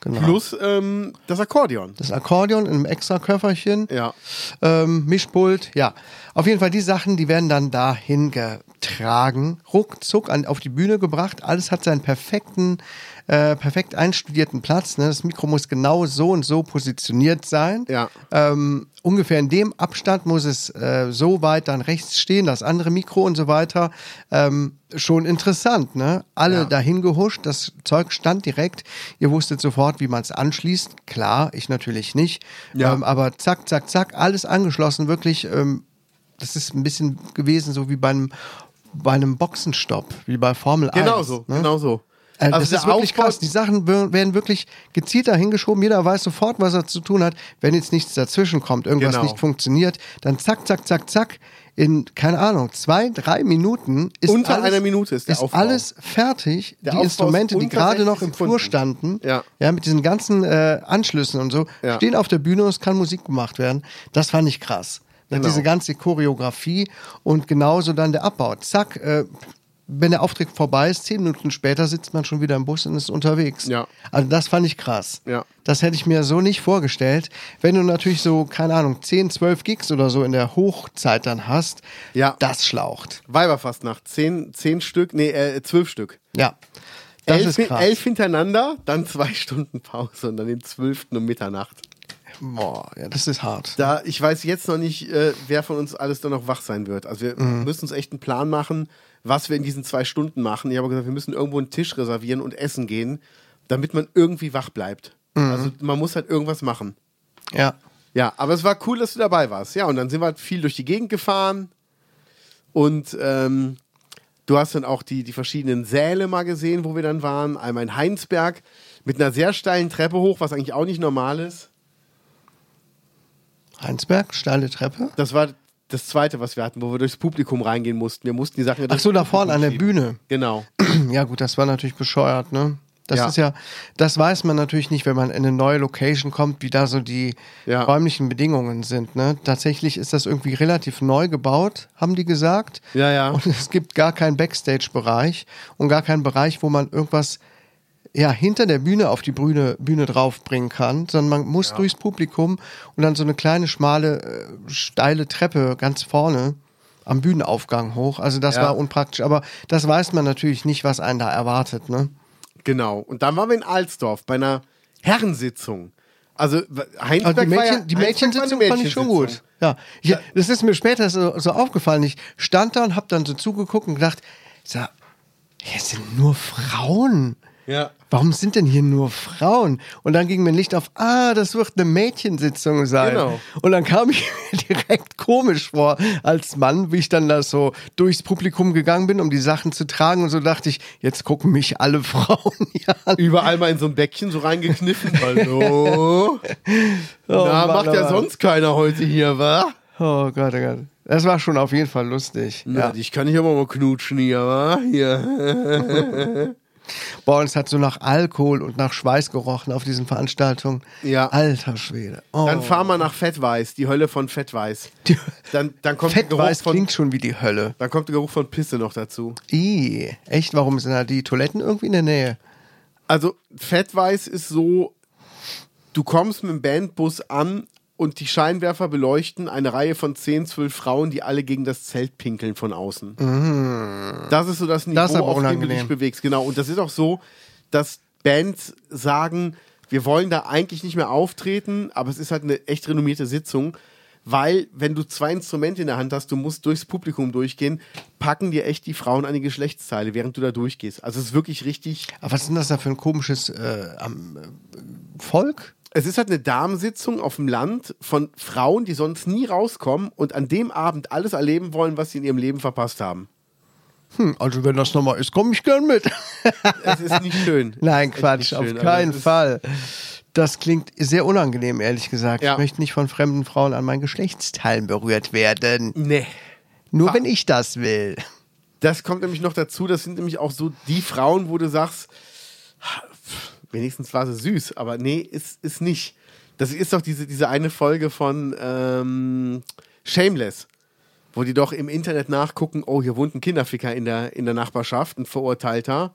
[SPEAKER 4] Genau.
[SPEAKER 3] Plus ähm, das Akkordeon.
[SPEAKER 4] Das Akkordeon in einem extra Köfferchen.
[SPEAKER 3] Ja.
[SPEAKER 4] ähm, Mischpult, ja. Auf jeden Fall die Sachen, die werden dann dahin getragen, ruckzuck an, auf die Bühne gebracht. Alles hat seinen perfekten, äh, perfekt einstudierten Platz. Ne? Das Mikro muss genau so und so positioniert sein.
[SPEAKER 3] Ja.
[SPEAKER 4] Ähm, ungefähr in dem Abstand muss es äh, so weit dann rechts stehen, das andere Mikro und so weiter. Ähm, schon interessant, ne? Alle
[SPEAKER 3] Ja.
[SPEAKER 4] dahin gehuscht, das Zeug stand direkt. Ihr wusstet sofort, wie man es anschließt. Klar, ich natürlich nicht.
[SPEAKER 3] Ja.
[SPEAKER 4] Ähm, aber zack, zack, zack, alles angeschlossen, wirklich. Ähm, das ist ein bisschen gewesen, so wie beim, bei einem Boxenstopp, wie bei Formel 1.
[SPEAKER 3] Genau so,
[SPEAKER 4] ne?
[SPEAKER 3] genau so.
[SPEAKER 4] Äh, das ist wirklich
[SPEAKER 3] Aufbau-
[SPEAKER 4] krass. Die Sachen wir- werden wirklich gezielt dahingeschoben. Jeder weiß sofort, was er zu tun hat. Wenn jetzt nichts dazwischen kommt, irgendwas
[SPEAKER 3] Genau.
[SPEAKER 4] nicht funktioniert, dann zack, zack, zack, zack. In, keine Ahnung, zwei, drei Minuten ist
[SPEAKER 3] Unter
[SPEAKER 4] alles,
[SPEAKER 3] einer Minute ist der Aufbau.
[SPEAKER 4] alles fertig.
[SPEAKER 3] Der
[SPEAKER 4] die
[SPEAKER 3] Aufbau ist
[SPEAKER 4] Instrumente, die
[SPEAKER 3] unter
[SPEAKER 4] gerade
[SPEAKER 3] 60
[SPEAKER 4] noch im Flur
[SPEAKER 3] Sekunden.
[SPEAKER 4] standen,
[SPEAKER 3] Ja.
[SPEAKER 4] mit diesen ganzen äh, Anschlüssen und so,
[SPEAKER 3] Ja.
[SPEAKER 4] stehen auf der Bühne und es kann Musik gemacht werden. Das fand ich krass. Dann
[SPEAKER 3] Genau.
[SPEAKER 4] Diese ganze Choreografie und genauso dann der Abbau. Zack, äh, wenn der Auftritt vorbei ist, zehn Minuten später sitzt man schon wieder im Bus und ist unterwegs.
[SPEAKER 3] Ja.
[SPEAKER 4] Also das fand ich krass.
[SPEAKER 3] Ja.
[SPEAKER 4] Das hätte ich mir so nicht vorgestellt. Wenn du natürlich so, keine Ahnung, 10, 12 Gigs oder so in der Hochzeit dann hast,
[SPEAKER 3] Ja.
[SPEAKER 4] das schlaucht.
[SPEAKER 3] Weiberfastnacht. Zehn, zehn Stück, nee, äh, zwölf Stück.
[SPEAKER 4] Ja. Das
[SPEAKER 3] elf,
[SPEAKER 4] ist krass.
[SPEAKER 3] elf hintereinander, dann zwei Stunden Pause und dann den zwölften um Mitternacht.
[SPEAKER 4] Boah, ja, das ist hart.
[SPEAKER 3] Da, ich weiß jetzt noch nicht, äh, wer von uns alles dann noch wach sein wird. Also wir müssen uns echt einen Plan machen, was wir in diesen zwei Stunden machen. Ich habe gesagt, wir müssen irgendwo einen Tisch reservieren und essen gehen, damit man irgendwie wach bleibt. Also man muss halt irgendwas machen.
[SPEAKER 4] Ja.
[SPEAKER 3] Ja, aber es war cool, dass du dabei warst. Ja, und dann sind wir halt viel durch die Gegend gefahren. Und ähm, du hast dann auch die, die verschiedenen Säle mal gesehen, wo wir dann waren. Einmal in Heinsberg mit einer sehr steilen Treppe hoch, was eigentlich auch nicht normal ist.
[SPEAKER 4] Heinsberg, steile Treppe.
[SPEAKER 3] Das war das zweite, was wir hatten, wo wir durchs Publikum reingehen mussten. Wir mussten die Sachen. ja
[SPEAKER 4] Ach so,
[SPEAKER 3] durchs
[SPEAKER 4] da vorne an der
[SPEAKER 3] Publikum
[SPEAKER 4] Bühne.
[SPEAKER 3] schieben. Genau.
[SPEAKER 4] Ja, gut, das war natürlich bescheuert, ne? Das
[SPEAKER 3] Ja.
[SPEAKER 4] ist ja, das weiß man natürlich nicht, wenn man in eine neue Location kommt, wie da so die
[SPEAKER 3] Ja.
[SPEAKER 4] räumlichen Bedingungen sind. Ne? Tatsächlich ist das irgendwie relativ neu gebaut, haben die gesagt.
[SPEAKER 3] Ja, ja.
[SPEAKER 4] Und es gibt gar keinen Backstage-Bereich und gar keinen Bereich, wo man irgendwas ja, hinter der Bühne auf die Bühne, Bühne draufbringen kann, sondern man muss durchs Publikum und dann so eine kleine, schmale, äh, steile Treppe ganz vorne am Bühnenaufgang hoch. Also das
[SPEAKER 3] Ja.
[SPEAKER 4] war unpraktisch. Aber das weiß man natürlich nicht, was einen da erwartet, ne?
[SPEAKER 3] Genau. Und dann waren wir in Alsdorf bei einer Herrensitzung. Also w- Heinsberg
[SPEAKER 4] Also die
[SPEAKER 3] war ja,
[SPEAKER 4] Mädchen,
[SPEAKER 3] Heinsberg
[SPEAKER 4] die
[SPEAKER 3] war
[SPEAKER 4] Mädchensitzung
[SPEAKER 3] eine
[SPEAKER 4] fand ich schon gut.
[SPEAKER 3] Mädchensitzung.
[SPEAKER 4] Ja. Ich, das ist mir später so, so aufgefallen. Ich stand da und habe dann so zugeguckt und gedacht, sag, hier sind nur Frauen.
[SPEAKER 3] Ja.
[SPEAKER 4] Warum sind denn hier nur Frauen? Und dann ging mir ein Licht auf, ah, das wird eine Mädchensitzung sein.
[SPEAKER 3] Genau.
[SPEAKER 4] Und dann kam ich mir direkt komisch vor als Mann, wie ich dann da so durchs Publikum gegangen bin, um die Sachen zu tragen. Und so dachte ich, jetzt gucken mich alle Frauen hier an.
[SPEAKER 3] Überall mal in so ein Bäckchen so reingekniffen. Hallo. Na,
[SPEAKER 4] Oh, Mann,
[SPEAKER 3] macht ja
[SPEAKER 4] oh Mann.
[SPEAKER 3] sonst keiner heute hier, wa?
[SPEAKER 4] Oh Gott, oh Gott. Das war schon auf jeden Fall lustig.
[SPEAKER 3] Ja. Ich kann ich aber mal knutschen hier, wa? Hier.
[SPEAKER 4] Boah, und es hat so nach Alkohol und nach Schweiß gerochen auf diesen Veranstaltungen.
[SPEAKER 3] Ja.
[SPEAKER 4] Alter Schwede. Oh.
[SPEAKER 3] Dann fahren wir nach Fettweiß, die Hölle von Fettweiß.
[SPEAKER 4] Die-
[SPEAKER 3] Dann, dann kommt der Geruch
[SPEAKER 4] Fettweiß
[SPEAKER 3] von,
[SPEAKER 4] klingt schon wie die Hölle.
[SPEAKER 3] dann kommt der Geruch von Pisse noch dazu.
[SPEAKER 4] Ih, echt? Warum sind da die Toiletten irgendwie in der Nähe?
[SPEAKER 3] Also Fettweiß ist so, du kommst mit dem Bandbus an und die Scheinwerfer beleuchten eine Reihe von 10, 12 Frauen, die alle gegen das Zelt pinkeln von außen. Das ist so das Niveau,
[SPEAKER 4] Mhm. Das ist aber
[SPEAKER 3] auf dem du dich
[SPEAKER 4] unangenehm.
[SPEAKER 3] bewegst. Genau, und das ist auch so, dass Bands sagen, wir wollen da eigentlich nicht mehr auftreten, aber es ist halt eine echt renommierte Sitzung. Weil, wenn du zwei Instrumente in der Hand hast, du musst durchs Publikum durchgehen, packen dir echt die Frauen an die Geschlechtsteile, während du da durchgehst. Also es ist wirklich richtig
[SPEAKER 4] Aber was ist denn das da für ein komisches äh, am, äh, Volk?
[SPEAKER 3] Es ist halt eine Damensitzung auf dem Land von Frauen, die sonst nie rauskommen und an dem Abend alles erleben wollen, was sie in ihrem Leben verpasst haben.
[SPEAKER 4] Hm, also wenn das nochmal ist, komme ich gern mit. also
[SPEAKER 3] Es ist nicht schön.
[SPEAKER 4] Nein,
[SPEAKER 3] Es ist
[SPEAKER 4] Quatsch,
[SPEAKER 3] nicht
[SPEAKER 4] auf
[SPEAKER 3] schön, aber
[SPEAKER 4] keinen
[SPEAKER 3] es ist-
[SPEAKER 4] Fall. Das klingt sehr unangenehm, ehrlich gesagt.
[SPEAKER 3] Ja.
[SPEAKER 4] Ich möchte nicht von fremden Frauen an meinen Geschlechtsteilen berührt werden.
[SPEAKER 3] Nee.
[SPEAKER 4] Nur wenn ich das will.
[SPEAKER 3] Das kommt nämlich noch dazu, das sind nämlich auch so die Frauen, wo du sagst, pff, wenigstens war sie süß, aber nee, ist, ist nicht. Das ist doch diese, diese eine Folge von ähm, Shameless, wo die doch im Internet nachgucken, oh, hier wohnt ein Kinderficker in der, in der Nachbarschaft, ein Verurteilter,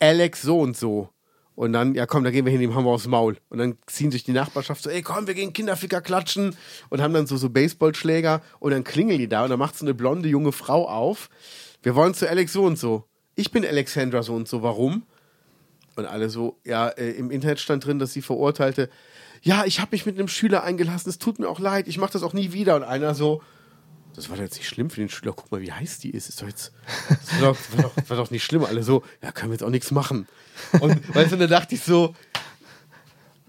[SPEAKER 3] Alex so und so. Und dann, ja komm, da gehen wir hin, dem haben wir aufs Maul. Und dann ziehen sich die Nachbarschaft so, ey komm, wir gehen Kinderficker klatschen. Und haben dann so, so Baseballschläger. Und dann klingeln die da und dann macht so eine blonde junge Frau auf. Wir wollen zu Alex so und so. Ich bin Alexandra so und so, warum? Und alle so, ja, äh, im Internet stand drin, dass sie verurteilte, ja, ich habe mich mit einem Schüler eingelassen, es tut mir auch leid, ich mache das auch nie wieder. Und einer so, das war doch jetzt nicht schlimm für den Schüler, guck mal, wie heiß die ist. ist doch jetzt, das war doch, war, doch, war doch nicht schlimm. Alle so, ja, können wir jetzt auch nichts machen. Und weißt du, da dachte ich so,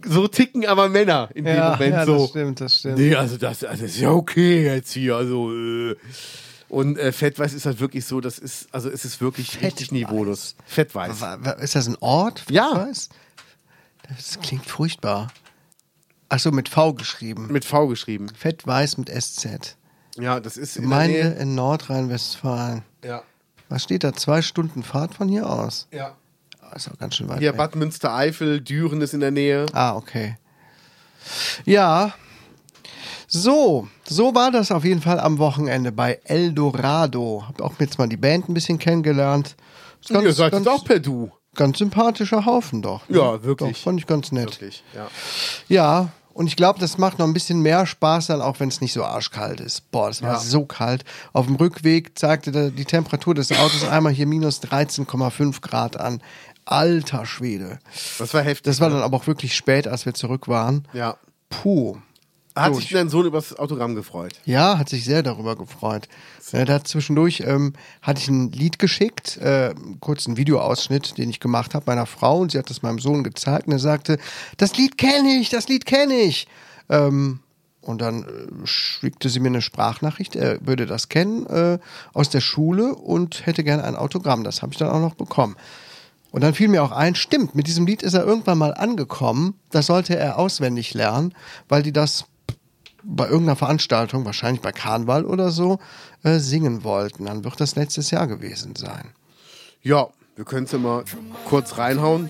[SPEAKER 3] so ticken aber Männer in dem Moment so.
[SPEAKER 4] das stimmt, das stimmt.
[SPEAKER 3] Nee, also das, also das ist ja okay jetzt hier. Also, äh. Und äh, Fettweiß ist halt wirklich so, das ist, also es ist wirklich richtig
[SPEAKER 4] Fettweiß.
[SPEAKER 3] niveaulos. Fettweiß.
[SPEAKER 4] Wa- wa- Ist das ein Ort?
[SPEAKER 3] Ja.
[SPEAKER 4] Weiß? Das klingt furchtbar. Achso, mit V geschrieben.
[SPEAKER 3] Mit V geschrieben.
[SPEAKER 4] Fett weiß mit SZ.
[SPEAKER 3] Ja, das ist in
[SPEAKER 4] Gemeinde
[SPEAKER 3] der Nähe.
[SPEAKER 4] in Nordrhein-Westfalen.
[SPEAKER 3] Ja,
[SPEAKER 4] Was steht da? Zwei Stunden Fahrt von hier aus.
[SPEAKER 3] ja.
[SPEAKER 4] Ah, Ist auch ganz schön weit.
[SPEAKER 3] Hier
[SPEAKER 4] weg.
[SPEAKER 3] Bad Münstereifel, Düren ist in der Nähe.
[SPEAKER 4] Ah, okay. Ja. So, so war das auf jeden Fall am Wochenende bei Eldorado. Hab auch jetzt mal die Band ein bisschen kennengelernt. Ist
[SPEAKER 3] Ihr seid jetzt auch per Du.
[SPEAKER 4] ganz sympathischer Haufen doch. ne?
[SPEAKER 3] Ja, wirklich.
[SPEAKER 4] Doch, fand ich ganz nett.
[SPEAKER 3] Wirklich, ja.
[SPEAKER 4] Ja, und ich glaube, das macht noch ein bisschen mehr Spaß dann, auch wenn es nicht so arschkalt ist. Boah, das war so kalt. Auf dem Rückweg zeigte da die Temperatur des Autos einmal hier minus 13,5 Grad an. Alter Schwede.
[SPEAKER 3] Das war heftig.
[SPEAKER 4] Das war dann aber auch wirklich spät, als wir zurück waren.
[SPEAKER 3] ja.
[SPEAKER 4] Puh.
[SPEAKER 3] Hat
[SPEAKER 4] Durch.
[SPEAKER 3] sich dein Sohn über das Autogramm gefreut?
[SPEAKER 4] Ja, hat sich sehr darüber gefreut. Äh, da hat zwischendurch ähm, hatte ich ein Lied geschickt, äh, kurz einen Videoausschnitt, den ich gemacht habe meiner Frau und sie hat das meinem Sohn gezeigt und er sagte, das Lied kenne ich, das Lied kenne ich. Ähm, und dann äh, schickte sie mir eine Sprachnachricht, er würde das kennen äh, aus der Schule und hätte gerne ein Autogramm. Das habe ich dann auch noch bekommen. Und dann fiel mir auch ein, stimmt, mit diesem Lied ist er irgendwann mal angekommen. Das sollte er auswendig lernen, weil die das bei irgendeiner Veranstaltung, wahrscheinlich bei Karneval oder so, äh, singen wollten. Dann wird das letztes Jahr gewesen sein.
[SPEAKER 3] Ja, wir können es ja mal kurz reinhauen.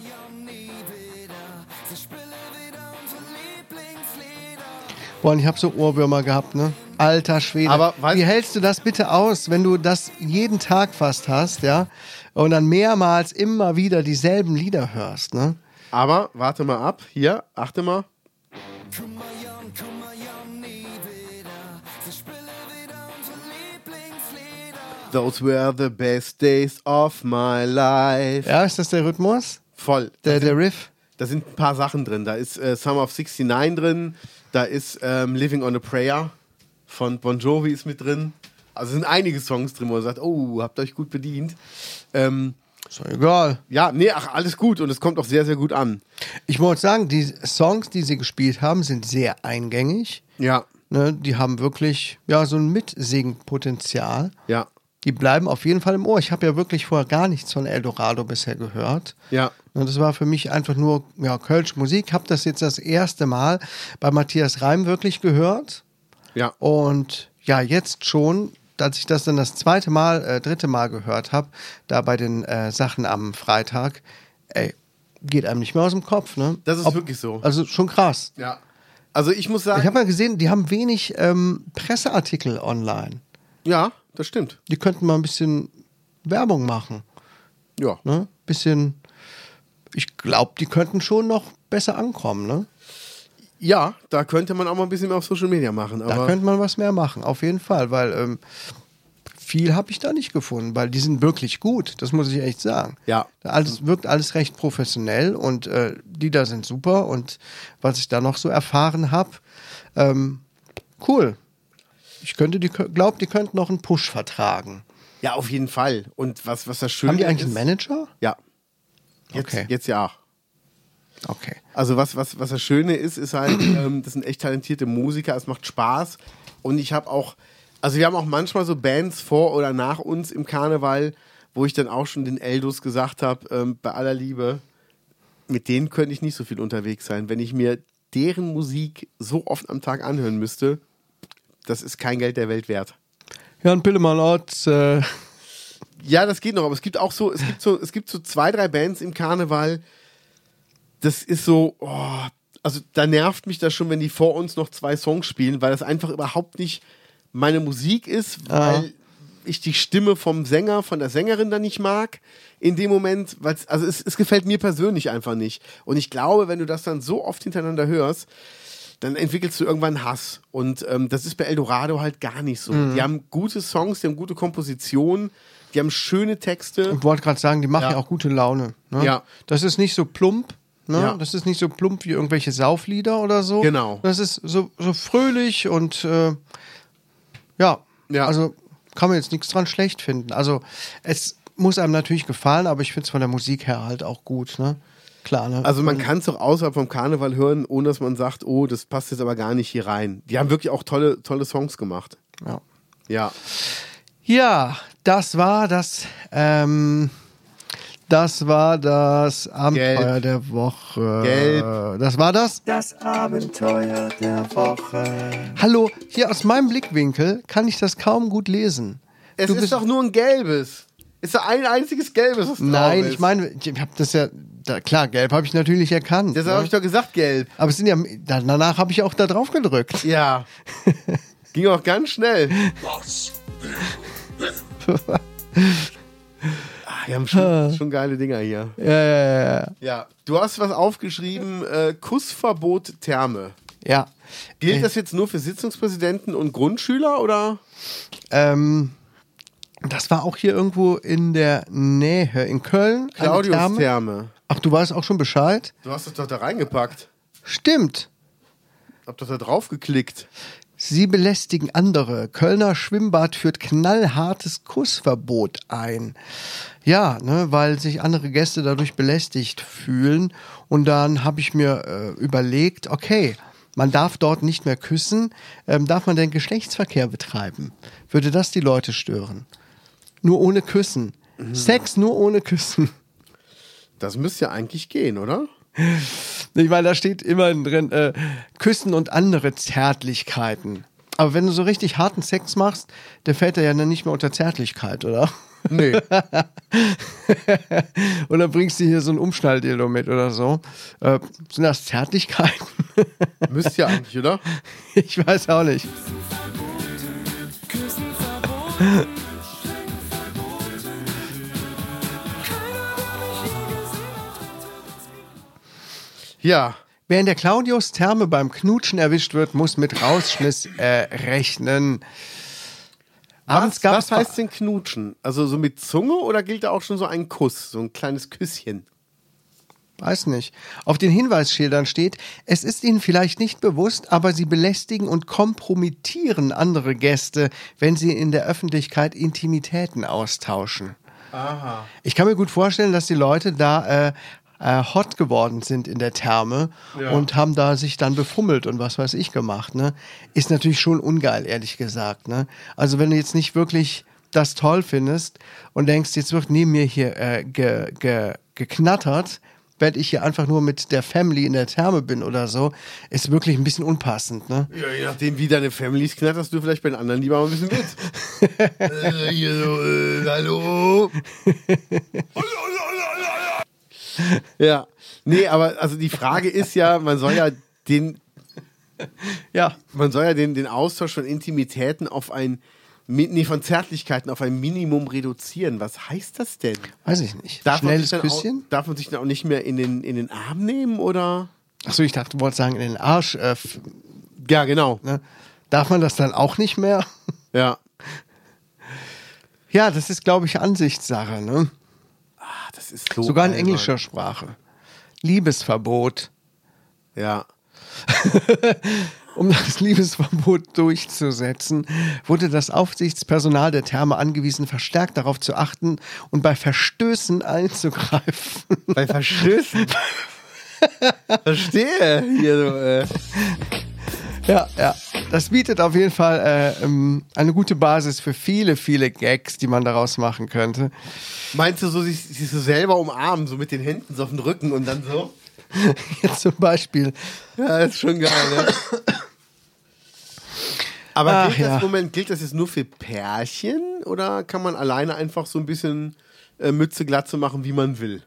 [SPEAKER 4] Boah, und ich habe so Ohrwürmer gehabt, ne? Alter Schwede.
[SPEAKER 3] Aber weißt-
[SPEAKER 4] wie hältst du das bitte aus, wenn du das jeden Tag fast hast, ja? Und dann mehrmals immer wieder dieselben Lieder hörst, ne?
[SPEAKER 3] Aber warte mal ab. Hier, achte mal. Those were the best days of my life.
[SPEAKER 4] Ja, ist das der Rhythmus?
[SPEAKER 3] Voll.
[SPEAKER 4] Der, der Riff?
[SPEAKER 3] Da sind ein paar Sachen drin. Da ist äh, Summer of 69 drin. Da ist ähm, Living on a Prayer von Bon Jovi ist mit drin. Also sind einige Songs drin, wo er sagt, oh, habt euch gut bedient. Ähm,
[SPEAKER 4] Ist doch egal.
[SPEAKER 3] ja, nee, ach, alles gut und es kommt auch sehr, sehr gut an.
[SPEAKER 4] Ich muss sagen, die Songs, die sie gespielt haben, sind sehr eingängig.
[SPEAKER 3] Ja,
[SPEAKER 4] Ne? Die haben wirklich ja, so ein Mitsingenpotenzial.
[SPEAKER 3] ja,
[SPEAKER 4] Die bleiben auf jeden Fall im Ohr. Ich habe ja wirklich vorher gar nichts von Eldorado bisher gehört.
[SPEAKER 3] ja.
[SPEAKER 4] Und das war für mich einfach nur ja, Kölsch Musik. Habe das jetzt das erste Mal bei Matthias Reim wirklich gehört.
[SPEAKER 3] Ja,
[SPEAKER 4] Und ja, jetzt schon, als ich das dann das zweite Mal, äh, dritte Mal gehört habe, da bei den äh, Sachen am Freitag, ey, geht einem nicht mehr aus dem Kopf. Ne?
[SPEAKER 3] Das ist wirklich so.
[SPEAKER 4] Also schon krass.
[SPEAKER 3] ja. Also ich muss
[SPEAKER 4] Ich
[SPEAKER 3] sagen,
[SPEAKER 4] habe mal gesehen, die haben wenig ähm, Presseartikel online.
[SPEAKER 3] ja, das stimmt.
[SPEAKER 4] Die könnten mal ein bisschen Werbung machen.
[SPEAKER 3] Ja.
[SPEAKER 4] ne? Bisschen, ich glaube, die könnten schon noch besser ankommen, ne?
[SPEAKER 3] ja, da könnte man auch mal ein bisschen mehr auf Social Media machen.
[SPEAKER 4] Da
[SPEAKER 3] Aber
[SPEAKER 4] könnte man was mehr machen, auf jeden Fall, weil ähm, viel habe ich da nicht gefunden, weil die sind wirklich gut, das muss ich echt sagen.
[SPEAKER 3] Ja.
[SPEAKER 4] Da Alles, wirkt alles recht professionell und äh, die da sind super und was ich da noch so erfahren habe, ähm, cool. Ich könnte, die glaube, die könnten noch einen Push vertragen.
[SPEAKER 3] ja, auf jeden Fall. Und was, was das Schöne
[SPEAKER 4] Haben die eigentlich einen
[SPEAKER 3] ist,
[SPEAKER 4] Manager?
[SPEAKER 3] Ja. Jetzt,
[SPEAKER 4] Okay.
[SPEAKER 3] jetzt ja auch.
[SPEAKER 4] Okay.
[SPEAKER 3] Also was, was, was das Schöne ist, ist halt, ähm, das sind echt talentierte Musiker, es macht Spaß. Und ich habe auch, also wir haben auch manchmal so Bands vor oder nach uns im Karneval, wo ich dann auch schon den Eldos gesagt habe, ähm, bei aller Liebe, mit denen könnte ich nicht so viel unterwegs sein. Wenn ich mir deren Musik so oft am Tag anhören müsste, das ist kein Geld der Welt wert.
[SPEAKER 4] Jan Pillemann, Orts, äh,
[SPEAKER 3] Ja, das geht noch, aber es gibt auch so, es gibt so, es gibt so zwei, drei Bands im Karneval. Das ist so, oh, also da nervt mich das schon, wenn die vor uns noch zwei Songs spielen, weil das einfach überhaupt nicht meine Musik ist, weil ich die Stimme vom Sänger, von der Sängerin da nicht mag in dem Moment, weil also es, es gefällt mir persönlich einfach nicht. Und ich glaube, wenn du das dann so oft hintereinander hörst, dann entwickelst du irgendwann Hass. Und ähm, das ist bei Eldorado halt gar nicht so. Die haben gute Songs, die haben gute Kompositionen, die haben schöne Texte.
[SPEAKER 4] Ich wollte gerade sagen, die machen ja.
[SPEAKER 3] Ja.
[SPEAKER 4] auch gute Laune. Ne?
[SPEAKER 3] Ja.
[SPEAKER 4] Das ist nicht so plump. Ne?
[SPEAKER 3] Ja.
[SPEAKER 4] Das ist nicht so plump wie irgendwelche Sauflieder oder so.
[SPEAKER 3] Genau.
[SPEAKER 4] Das ist so, so fröhlich und äh, ja.
[SPEAKER 3] Ja.
[SPEAKER 4] Also kann man jetzt nichts dran schlecht finden. Also es muss einem natürlich gefallen, aber ich finde es von der Musik her halt auch gut. Ne? Klar, ne?
[SPEAKER 3] Also man kann es auch außerhalb vom Karneval hören, ohne dass man sagt, oh, das passt jetzt aber gar nicht hier rein. Die haben wirklich auch tolle, tolle Songs gemacht.
[SPEAKER 4] ja.
[SPEAKER 3] Ja.
[SPEAKER 4] ja, das war das. Ähm, das war das Abenteuer der Woche.
[SPEAKER 3] Gelb.
[SPEAKER 4] Das war das.
[SPEAKER 7] Das Abenteuer der Woche.
[SPEAKER 4] Hallo, hier aus meinem Blickwinkel kann ich das kaum gut lesen.
[SPEAKER 3] Es ist doch nur ein gelbes. Ist doch ein einziges gelbes. Was drauf
[SPEAKER 4] Nein,
[SPEAKER 3] ist.
[SPEAKER 4] ich meine, ich habe das ja. Da, klar, gelb habe ich natürlich erkannt. ne?
[SPEAKER 3] Deshalb habe ich doch gesagt, gelb.
[SPEAKER 4] Aber es sind ja. da- Danach habe ich auch da drauf gedrückt.
[SPEAKER 3] Ja. Ging auch ganz schnell.
[SPEAKER 2] Das
[SPEAKER 3] Ah, wir haben schon, schon geile Dinger hier.
[SPEAKER 4] Ja, ja, ja, ja.
[SPEAKER 3] Ja. Du hast was aufgeschrieben, äh, Kussverbot Therme.
[SPEAKER 4] ja. Äh.
[SPEAKER 3] Gilt das jetzt nur für Sitzungspräsidenten und Grundschüler oder?
[SPEAKER 4] Ähm, das war auch hier irgendwo in der Nähe, in Köln. eine
[SPEAKER 3] Claudius
[SPEAKER 4] Therme.
[SPEAKER 3] Therme.
[SPEAKER 4] Ach, du weißt auch schon Bescheid?
[SPEAKER 3] Du hast das doch da reingepackt.
[SPEAKER 4] Stimmt.
[SPEAKER 3] Hab doch da drauf geklickt.
[SPEAKER 4] Sie belästigen andere. Kölner Schwimmbad führt knallhartes Kussverbot ein. Ja, ne, weil sich andere Gäste dadurch belästigt fühlen. Und dann habe ich mir äh, überlegt, okay, man darf dort nicht mehr küssen. Ähm, darf man denn Geschlechtsverkehr betreiben? Würde das die Leute stören? Nur ohne Küssen. Sex nur ohne Küssen.
[SPEAKER 3] Das müsste ja eigentlich gehen, oder?
[SPEAKER 4] Ich meine, da steht immer drin, äh, Küssen und andere Zärtlichkeiten. Aber wenn du so richtig harten Sex machst, der fällt er ja dann nicht mehr unter Zärtlichkeit, oder?
[SPEAKER 3] Nee.
[SPEAKER 4] oder bringst du hier so ein Umschnalldildo mit oder so? Äh, sind das Zärtlichkeiten?
[SPEAKER 3] müsste ja eigentlich, oder?
[SPEAKER 4] ich weiß auch nicht.
[SPEAKER 3] Ja.
[SPEAKER 4] Wer in der Claudius Therme beim Knutschen erwischt wird, muss mit Rausschmiss äh, rechnen. Abends
[SPEAKER 3] Was,
[SPEAKER 4] gab es
[SPEAKER 3] was heißt denn knutschen? Also so mit Zunge oder gilt da auch schon so ein Kuss, so ein kleines Küsschen?
[SPEAKER 4] Weiß nicht. Auf den Hinweisschildern steht, es ist Ihnen vielleicht nicht bewusst, aber Sie belästigen und kompromittieren andere Gäste, wenn Sie in der Öffentlichkeit Intimitäten austauschen. Aha. Ich kann mir gut vorstellen, dass die Leute da äh, äh, hot geworden sind in der Therme und haben da sich dann befummelt und was weiß ich gemacht. Ne? Ist natürlich schon ungeil, ehrlich gesagt. Ne? Also wenn du jetzt nicht wirklich das toll findest und denkst, jetzt wird neben mir hier äh, ge, ge, geknattert, wenn ich hier einfach nur mit der Family in der Therme bin oder so, ist wirklich ein bisschen unpassend, ne?
[SPEAKER 3] Ja, je nachdem, wie deine Families knatterst du vielleicht bei den anderen lieber mal ein bisschen mit. äh, hier so, äh, hallo? ja, nee, aber also die Frage ist ja, man soll ja den,
[SPEAKER 4] Ja.
[SPEAKER 3] man soll ja den, den Austausch von Intimitäten auf ein, Mi- nee, von Zärtlichkeiten auf ein Minimum reduzieren. Was heißt das denn?
[SPEAKER 4] Weiß ich nicht.
[SPEAKER 3] sich
[SPEAKER 4] Schnelles
[SPEAKER 3] dann
[SPEAKER 4] Küsschen?
[SPEAKER 3] Auch, darf man sich dann auch nicht mehr in den, in den Arm nehmen oder?
[SPEAKER 4] Achso, ich dachte, du wolltest sagen, in den Arsch. Äh, f-
[SPEAKER 3] Ja, genau.
[SPEAKER 4] ne? Darf man das dann auch nicht mehr?
[SPEAKER 3] Ja.
[SPEAKER 4] Ja, das ist, glaube ich, Ansichtssache, ne?
[SPEAKER 3] Ah, das ist so
[SPEAKER 4] Sogar in
[SPEAKER 3] albern.
[SPEAKER 4] englischer Sprache. Liebesverbot.
[SPEAKER 3] Ja.
[SPEAKER 4] Um das Liebesverbot durchzusetzen, wurde das Aufsichtspersonal der Therme angewiesen, verstärkt darauf zu achten und bei Verstößen einzugreifen.
[SPEAKER 3] Bei Verstößen. Verstehe. Hier so, äh.
[SPEAKER 4] Ja, ja. Das bietet auf jeden Fall äh, ähm, eine gute Basis für viele, viele Gags, die man daraus machen könnte.
[SPEAKER 3] Meinst du so, sich, sich so selber umarmen, so mit den Händen so auf den Rücken und dann so?
[SPEAKER 4] Jetzt zum Beispiel.
[SPEAKER 3] Ja, ist schon geil, ne? Aber
[SPEAKER 4] Ach,
[SPEAKER 3] gilt, das,
[SPEAKER 4] ja.
[SPEAKER 3] Moment, gilt das jetzt nur für Pärchen oder kann man alleine einfach so ein bisschen äh, Mütze glatt so machen, wie man will?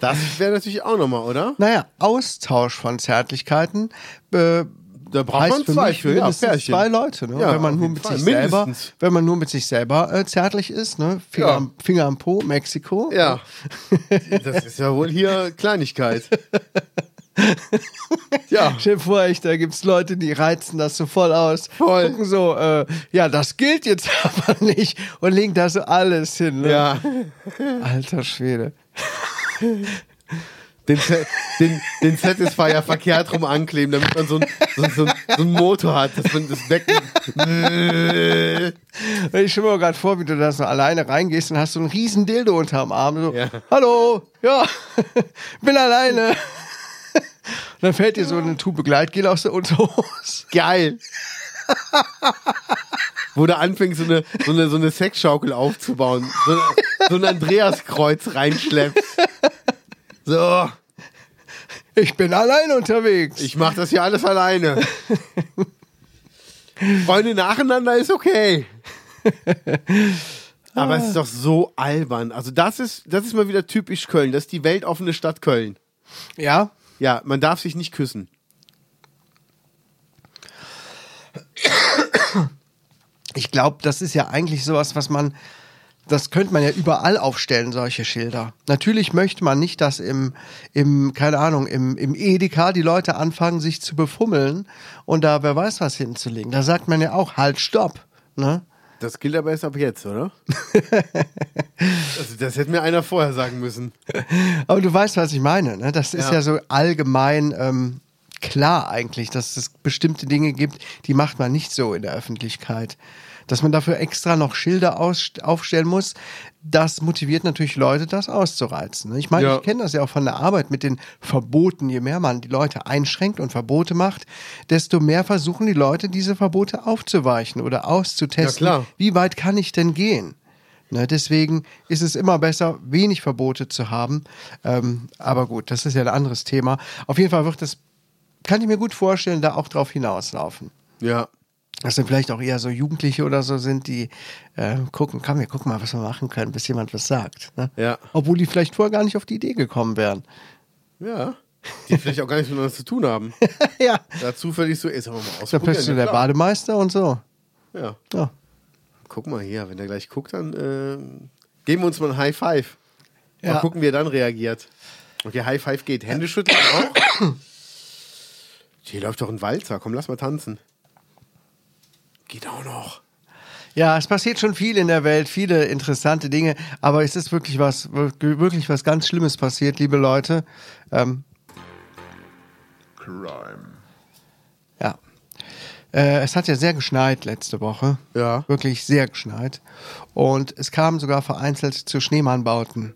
[SPEAKER 3] Das wäre natürlich auch nochmal, oder?
[SPEAKER 4] Naja, Austausch von Zärtlichkeiten äh,
[SPEAKER 3] Da braucht man
[SPEAKER 4] für
[SPEAKER 3] zwei
[SPEAKER 4] mich
[SPEAKER 3] für, ja,
[SPEAKER 4] mindestens
[SPEAKER 3] Pärchen.
[SPEAKER 4] zwei Leute. Ne?
[SPEAKER 3] Ja,
[SPEAKER 4] wenn man
[SPEAKER 3] auf
[SPEAKER 4] nur
[SPEAKER 3] jeden
[SPEAKER 4] mit
[SPEAKER 3] Fall,
[SPEAKER 4] sich selber,
[SPEAKER 3] mindestens.
[SPEAKER 4] wenn man nur mit sich selber äh, zärtlich ist, ne? Finger,
[SPEAKER 3] Ja.
[SPEAKER 4] am, Finger am Po, Mexiko.
[SPEAKER 3] Ja. Das ist ja wohl hier Kleinigkeit. Ja.
[SPEAKER 4] Stell dir vor, echt, da gibt's Leute, die reizen das so voll aus.
[SPEAKER 3] Voll.
[SPEAKER 4] Gucken so, äh, ja, das gilt jetzt aber nicht. Und legen da so alles hin. Ne?
[SPEAKER 3] Ja.
[SPEAKER 4] Alter Schwede.
[SPEAKER 3] den, Sa- den, den Satisfier verkehrt rum ankleben, damit man so einen so, so, so einen Motor hat, dass man das Becken.
[SPEAKER 4] Ich stelle mir gerade vor, wie du da so alleine reingehst und hast so einen riesen Dildo unterm Arm. So,
[SPEAKER 3] Ja.
[SPEAKER 4] Hallo, ja, bin alleine. Und dann fällt dir so eine Tube Gleitgel aus der Unterhose.
[SPEAKER 3] Geil. Wo du anfängst, so eine, so eine, so eine Sexschaukel aufzubauen. So, so ein Andreaskreuz reinschleppst. So,
[SPEAKER 4] Ich bin alleine unterwegs.
[SPEAKER 3] ich mach das hier alles alleine. Freunde nacheinander ist okay. Aber es ist doch so albern. Also das ist, das ist mal wieder typisch Köln. Das ist die weltoffene Stadt Köln.
[SPEAKER 4] ja,
[SPEAKER 3] Ja, man darf sich nicht küssen.
[SPEAKER 4] ich glaube, das ist ja eigentlich sowas, was man, das könnte man ja überall aufstellen, solche Schilder. Natürlich möchte man nicht, dass im, im keine Ahnung, im, im Edeka die Leute anfangen, sich zu befummeln und da wer weiß was hinzulegen. Da sagt man ja auch, halt, stopp. Ne?
[SPEAKER 3] Das gilt aber erst ab jetzt, oder? also das hätte mir einer vorher sagen müssen.
[SPEAKER 4] Aber du weißt, was ich meine. Ne? Das ist
[SPEAKER 3] Ja.
[SPEAKER 4] ja so allgemein ähm, klar eigentlich, dass es bestimmte Dinge gibt, die macht man nicht so in der Öffentlichkeit. Dass man dafür extra noch Schilder aus, aufstellen muss, das motiviert natürlich Leute, das auszureizen. ne? Ich meine,
[SPEAKER 3] Ja.
[SPEAKER 4] ich kenne das ja auch von der Arbeit mit den Verboten. Je mehr man die Leute einschränkt und Verbote macht, desto mehr versuchen die Leute, diese Verbote aufzuweichen oder auszutesten.
[SPEAKER 3] Ja, klar.
[SPEAKER 4] Wie weit kann ich denn gehen? Ne, deswegen ist es immer besser, wenig Verbote zu haben. Ähm, aber gut, das ist ja ein anderes Thema. Auf jeden Fall wird das, kann ich mir gut vorstellen, da auch drauf hinauslaufen.
[SPEAKER 3] Ja.
[SPEAKER 4] Dass dann vielleicht auch eher so Jugendliche oder so sind, die äh, gucken, komm, wir gucken mal, was wir machen können, bis jemand was sagt. Ne?
[SPEAKER 3] Ja.
[SPEAKER 4] Obwohl die vielleicht vorher gar nicht auf die Idee gekommen wären.
[SPEAKER 3] Ja. Die vielleicht auch gar nichts miteinander zu tun haben.
[SPEAKER 4] ja.
[SPEAKER 3] Da zufällig so, ey, sollen wir mal
[SPEAKER 4] Da
[SPEAKER 3] ausprobieren.
[SPEAKER 4] plötzlich der
[SPEAKER 3] klar.
[SPEAKER 4] Bademeister und so.
[SPEAKER 3] Ja.
[SPEAKER 4] Ja.
[SPEAKER 3] Guck mal hier, wenn der gleich guckt, dann äh, geben wir uns mal ein High Five. Mal
[SPEAKER 4] Ja.
[SPEAKER 3] gucken, wie er dann reagiert. Okay, High Five geht. Hände schütteln auch. Hier läuft doch ein Walzer. Komm, lass mal tanzen. Geht auch noch.
[SPEAKER 4] Ja, es passiert schon viel in der Welt, viele interessante Dinge, aber es ist wirklich was, wirk- wirklich was ganz Schlimmes passiert, liebe Leute. Ähm, Crime. Ja. Äh, es hat ja sehr geschneit letzte Woche.
[SPEAKER 3] Ja.
[SPEAKER 4] Wirklich sehr geschneit. Und es kam sogar vereinzelt zu Schneemannbauten.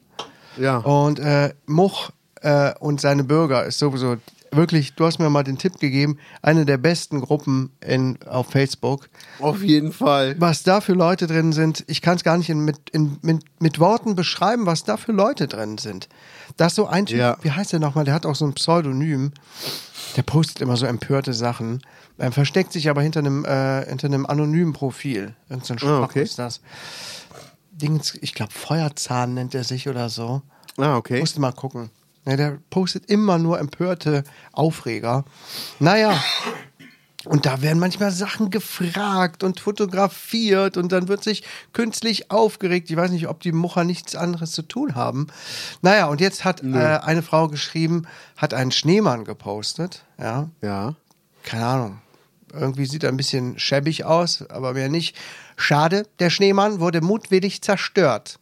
[SPEAKER 3] Ja.
[SPEAKER 4] Und äh, Much äh, und seine Bürger ist sowieso wirklich, du hast mir mal den Tipp gegeben, eine der besten Gruppen in, auf Facebook
[SPEAKER 3] Auf jeden Fall.
[SPEAKER 4] was da für Leute drin sind. Ich kann es gar nicht in, mit, in, mit, mit Worten beschreiben, was da für Leute drin sind. Das so ein Typ,
[SPEAKER 3] Ja.
[SPEAKER 4] wie heißt der nochmal? Der hat auch so ein Pseudonym. Der postet immer so empörte Sachen, ähm, versteckt sich aber hinter einem, äh, hinter einem anonymen Profil. Irgend so ein Schwach
[SPEAKER 3] Ah, okay.
[SPEAKER 4] ist das. Dings, ich glaube, Feuerzahn nennt er sich oder so.
[SPEAKER 3] Ah, okay.
[SPEAKER 4] Musst du mal gucken. Ja, der postet immer nur empörte Aufreger. Naja. Und da werden manchmal Sachen gefragt und fotografiert und dann wird sich künstlich aufgeregt. Ich weiß nicht, ob die Mucher nichts anderes zu tun haben. Naja, und jetzt hat äh, eine Frau geschrieben, hat einen Schneemann gepostet. Ja,
[SPEAKER 3] Ja.
[SPEAKER 4] keine Ahnung. Irgendwie sieht er ein bisschen schäbig aus, aber mehr nicht. Schade, der Schneemann wurde mutwillig zerstört.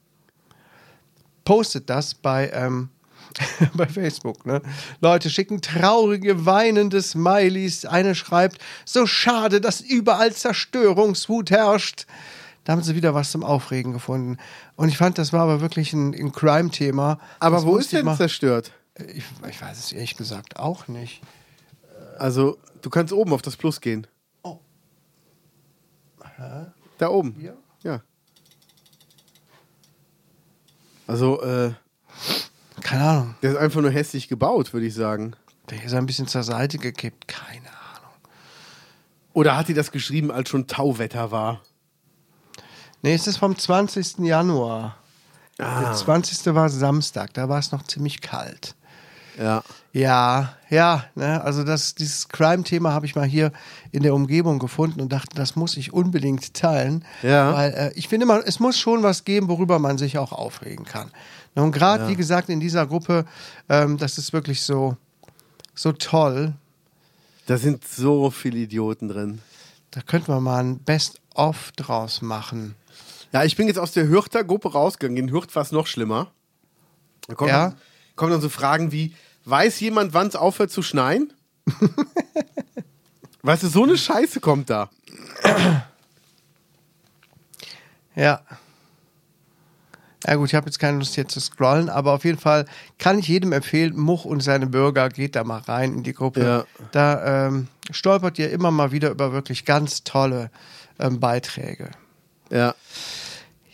[SPEAKER 4] Postet das bei, ähm, bei Facebook. Ne? Leute schicken traurige, weinende Smileys. Eine schreibt, so schade, dass überall Zerstörungswut herrscht. Da haben sie wieder was zum Aufregen gefunden. Und ich fand, das war aber wirklich ein, ein Crime-Thema.
[SPEAKER 3] Aber
[SPEAKER 4] Das
[SPEAKER 3] wo
[SPEAKER 4] musste
[SPEAKER 3] ist
[SPEAKER 4] ich
[SPEAKER 3] denn
[SPEAKER 4] mal-
[SPEAKER 3] zerstört?
[SPEAKER 4] ich, ich weiß es ehrlich gesagt auch nicht.
[SPEAKER 3] Also, du kannst oben auf das Plus gehen.
[SPEAKER 4] Oh.
[SPEAKER 3] Da oben.
[SPEAKER 4] Hier?
[SPEAKER 3] Ja. Also, äh,
[SPEAKER 4] Keine Ahnung.
[SPEAKER 3] der ist einfach nur hässlich gebaut, würde ich sagen.
[SPEAKER 4] Der ist ein bisschen zur Seite gekippt. Keine Ahnung.
[SPEAKER 3] Oder hat die das geschrieben, als schon Tauwetter war?
[SPEAKER 4] Nee, es ist vom 20. Januar. Der 20. war Samstag, da war es noch ziemlich kalt.
[SPEAKER 3] Ja.
[SPEAKER 4] Ja, ja, ne? also das, dieses Crime-Thema habe ich mal hier in der Umgebung gefunden und dachte, das muss ich unbedingt teilen.
[SPEAKER 3] Ja.
[SPEAKER 4] Weil äh, ich finde immer, es muss schon was geben, worüber man sich auch aufregen kann. Ne, Und gerade, wie gesagt, in dieser Gruppe, ähm, das ist wirklich so, so toll.
[SPEAKER 3] Da sind so viele Idioten drin.
[SPEAKER 4] Da könnten wir mal ein Best-of draus machen.
[SPEAKER 3] Ja, ich bin jetzt aus der Hürter-Gruppe rausgegangen. In Hürth war es noch schlimmer. Da kommen,
[SPEAKER 4] Ja.
[SPEAKER 3] dann, kommen dann so Fragen wie: Weiß jemand, wann es aufhört zu schneien? weißt du, so eine Scheiße kommt da.
[SPEAKER 4] Ja. Ja gut, ich habe jetzt keine Lust hier zu scrollen, aber auf jeden Fall kann ich jedem empfehlen, Much und seine Bürger, geht da mal rein in die Gruppe.
[SPEAKER 3] Ja.
[SPEAKER 4] Da ähm, stolpert ihr immer mal wieder über wirklich ganz tolle ähm, Beiträge.
[SPEAKER 3] Ja.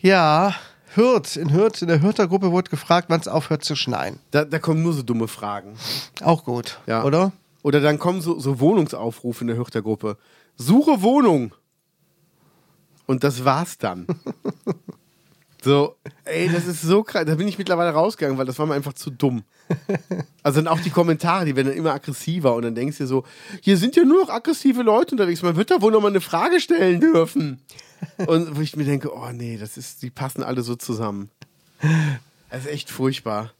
[SPEAKER 4] Ja, Hürth, in Hürth, in der Hürther Gruppe wurde gefragt, wann es aufhört zu schneien.
[SPEAKER 3] Da, da kommen nur so dumme Fragen.
[SPEAKER 4] Auch gut,
[SPEAKER 3] Ja.
[SPEAKER 4] oder?
[SPEAKER 3] Oder dann kommen so, so Wohnungsaufrufe in der Hürter-Gruppe. Suche Wohnung! Und das war's dann. so, ey, das ist so krass. Da bin ich mittlerweile rausgegangen, weil das war mir einfach zu dumm. Also dann auch die Kommentare, die werden dann immer aggressiver und dann denkst du dir so, hier sind ja nur noch aggressive Leute unterwegs, man wird da wohl noch mal eine Frage stellen dürfen. Und wo ich mir denke, oh nee, das ist, die passen alle so zusammen. Das ist echt furchtbar.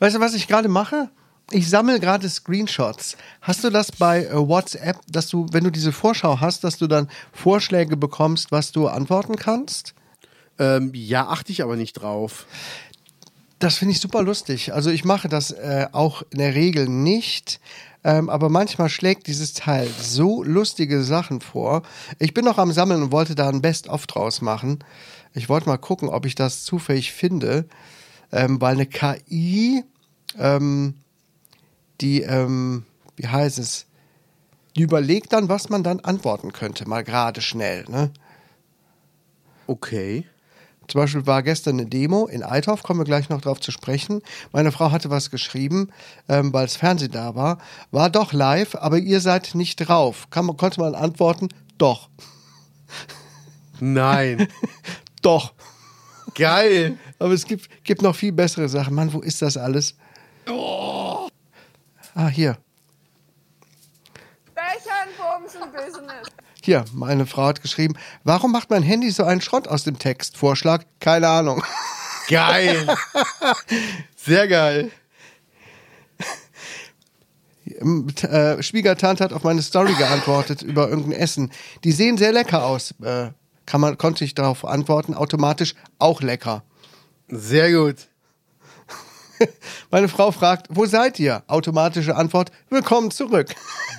[SPEAKER 4] Weißt du, was ich gerade mache? Ich sammle gerade Screenshots. Hast du das bei äh, WhatsApp, dass du, wenn du diese Vorschau hast, dass du dann Vorschläge bekommst, was du antworten kannst?
[SPEAKER 3] Ähm, ja, achte ich aber nicht drauf.
[SPEAKER 4] Das finde ich super lustig. Also ich mache das äh, auch in der Regel nicht. Ähm, aber manchmal schlägt dieses Teil so lustige Sachen vor. Ich bin noch am Sammeln und wollte da ein Best-of draus machen. Ich wollte mal gucken, ob ich das zufällig finde, ähm, weil eine KI, ähm, die, ähm, wie heißt es, die überlegt dann, was man dann antworten könnte, mal gerade schnell. Ne?
[SPEAKER 3] Okay.
[SPEAKER 4] Zum Beispiel war gestern eine Demo in Eitorf, kommen wir gleich noch drauf zu sprechen. Meine Frau hatte was geschrieben, ähm, weil das Fernsehen da war. War doch live, aber ihr seid nicht drauf. Kann man, konnte man antworten, doch,
[SPEAKER 3] Nein.
[SPEAKER 4] doch.
[SPEAKER 3] Geil.
[SPEAKER 4] Aber es gibt, gibt noch viel bessere Sachen. Mann, wo ist das alles? Ah, hier.
[SPEAKER 8] Bechern, Bumsen, Business.
[SPEAKER 4] Hier, meine Frau hat geschrieben, warum macht mein Handy so einen Schrott aus dem Text? Vorschlag? Keine Ahnung.
[SPEAKER 3] Geil. Sehr geil.
[SPEAKER 4] T- äh, Schwiegertante hat auf meine Story geantwortet über irgendein Essen. Die sehen sehr lecker aus. Äh, kann man, konnte ich darauf antworten, automatisch auch lecker.
[SPEAKER 3] Sehr gut.
[SPEAKER 4] Meine Frau fragt, wo seid ihr? Automatische Antwort, willkommen zurück.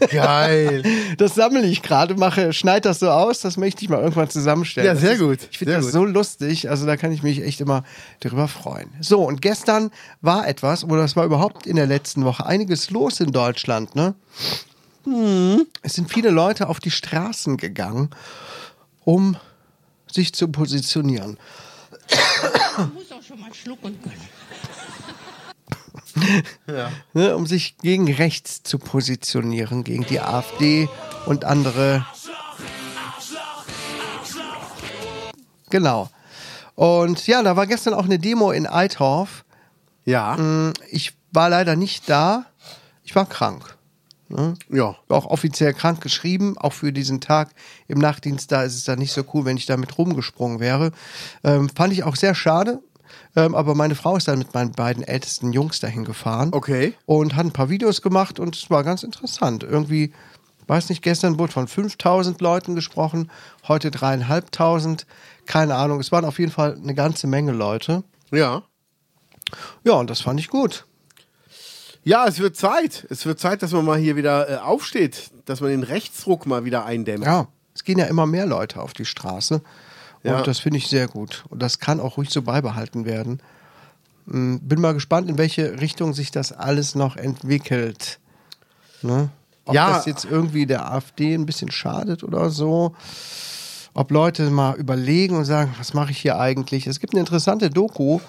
[SPEAKER 3] Geil.
[SPEAKER 4] Das sammle ich gerade, mache, schneid das so aus, das möchte ich mal irgendwann zusammenstellen.
[SPEAKER 3] Ja,
[SPEAKER 4] Das
[SPEAKER 3] sehr
[SPEAKER 4] ist,
[SPEAKER 3] gut,
[SPEAKER 4] Ich finde
[SPEAKER 3] sehr
[SPEAKER 4] das
[SPEAKER 3] gut.
[SPEAKER 4] so lustig, also da kann ich mich echt immer drüber freuen. So, und gestern war etwas, oder das war überhaupt in der letzten Woche einiges los in Deutschland, ne?
[SPEAKER 3] Mhm.
[SPEAKER 4] Es sind viele Leute auf die Straßen gegangen, um sich zu positionieren.
[SPEAKER 9] muss auch schon mal schlucken können.
[SPEAKER 4] ne, um sich gegen rechts zu positionieren, gegen die AfD und andere. Genau. Und ja, da war gestern auch eine Demo in Eitorf.
[SPEAKER 3] Ja.
[SPEAKER 4] Ich war leider nicht da. Ich war krank.
[SPEAKER 3] Ja.
[SPEAKER 4] Auch offiziell krank geschrieben, auch für diesen Tag im Nachtdienst. Da ist es dann nicht so cool, wenn ich damit rumgesprungen wäre. Ähm, fand ich auch sehr schade. Ähm, aber meine Frau ist dann mit meinen beiden ältesten Jungs dahin gefahren
[SPEAKER 3] Okay.
[SPEAKER 4] und hat ein paar Videos gemacht und es war ganz interessant. Irgendwie, weiß nicht, gestern wurde von 5000 Leuten gesprochen, heute dreieinhalbtausend, keine Ahnung. Es waren auf jeden Fall eine ganze Menge Leute.
[SPEAKER 3] Ja.
[SPEAKER 4] Ja, und das fand ich gut.
[SPEAKER 3] Ja, es wird Zeit. Es wird Zeit, dass man mal hier wieder äh, aufsteht, dass man den Rechtsruck mal wieder eindämmt.
[SPEAKER 4] Ja, es gehen ja immer mehr Leute auf die Straße und
[SPEAKER 3] Ja.
[SPEAKER 4] das finde ich sehr gut. Und das kann auch ruhig so beibehalten werden. Mm, Bin mal gespannt, in welche Richtung sich das alles noch entwickelt. Ne? Ob
[SPEAKER 3] Ja.
[SPEAKER 4] das jetzt irgendwie der AfD ein bisschen schadet oder so. Ob Leute mal überlegen und sagen, was mache ich hier eigentlich? Es gibt eine interessante Doku,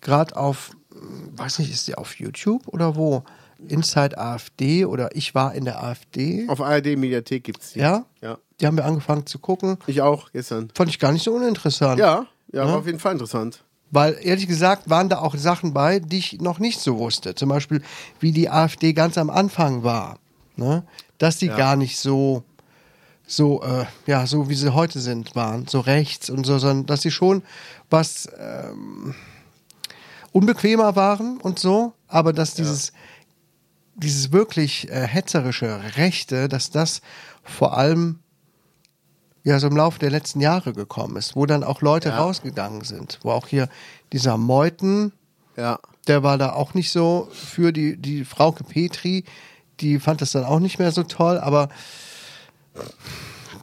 [SPEAKER 4] gerade auf, mm, weiß nicht, ist die auf YouTube oder wo? Inside AfD oder ich war in der AfD.
[SPEAKER 3] Auf ARD-Mediathek gibt's die.
[SPEAKER 4] Ja?
[SPEAKER 3] Ja.
[SPEAKER 4] Die haben wir angefangen zu gucken.
[SPEAKER 3] Ich auch gestern.
[SPEAKER 4] Fand ich gar nicht so uninteressant.
[SPEAKER 3] Ja. Ja, war auf jeden Fall interessant.
[SPEAKER 4] Weil ehrlich gesagt waren da auch Sachen bei, die ich noch nicht so wusste. Zum Beispiel, wie die AfD ganz am Anfang war. Ne? Dass die gar nicht so, so, äh, ja, so wie sie heute sind, waren. So rechts und so, sondern dass sie schon was ähm, unbequemer waren und so. Aber dass dieses, dieses wirklich äh, hetzerische Rechte, dass das vor allem ja so im Laufe der letzten Jahre gekommen ist, wo dann auch Leute rausgegangen sind, wo auch hier dieser Meuthen,
[SPEAKER 3] Ja.
[SPEAKER 4] der war da auch nicht so für die die Frauke Petri, die fand das dann auch nicht mehr so toll, aber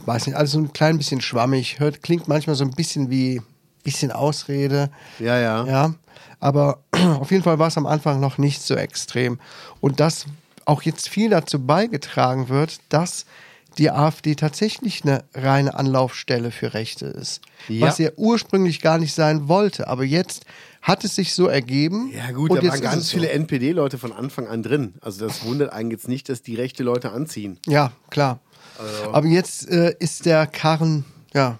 [SPEAKER 4] weiß nicht, also so ein klein bisschen schwammig, hört klingt manchmal so ein bisschen wie bisschen Ausrede.
[SPEAKER 3] Ja, ja.
[SPEAKER 4] Ja, aber auf jeden Fall war es am Anfang noch nicht so extrem. Und dass auch jetzt viel dazu beigetragen wird, dass die AfD tatsächlich eine reine Anlaufstelle für Rechte ist.
[SPEAKER 3] Ja.
[SPEAKER 4] Was sie ja ursprünglich gar nicht sein wollte. Aber jetzt hat es sich so ergeben.
[SPEAKER 3] Ja gut,
[SPEAKER 4] und
[SPEAKER 3] da
[SPEAKER 4] jetzt
[SPEAKER 3] waren
[SPEAKER 4] ist
[SPEAKER 3] ganz
[SPEAKER 4] es
[SPEAKER 3] viele NPD-Leute von Anfang an drin. Also das wundert einen jetzt nicht, dass die rechte Leute anziehen.
[SPEAKER 4] So. Ja, klar.
[SPEAKER 3] Also
[SPEAKER 4] Aber jetzt äh, ist der Karren ja,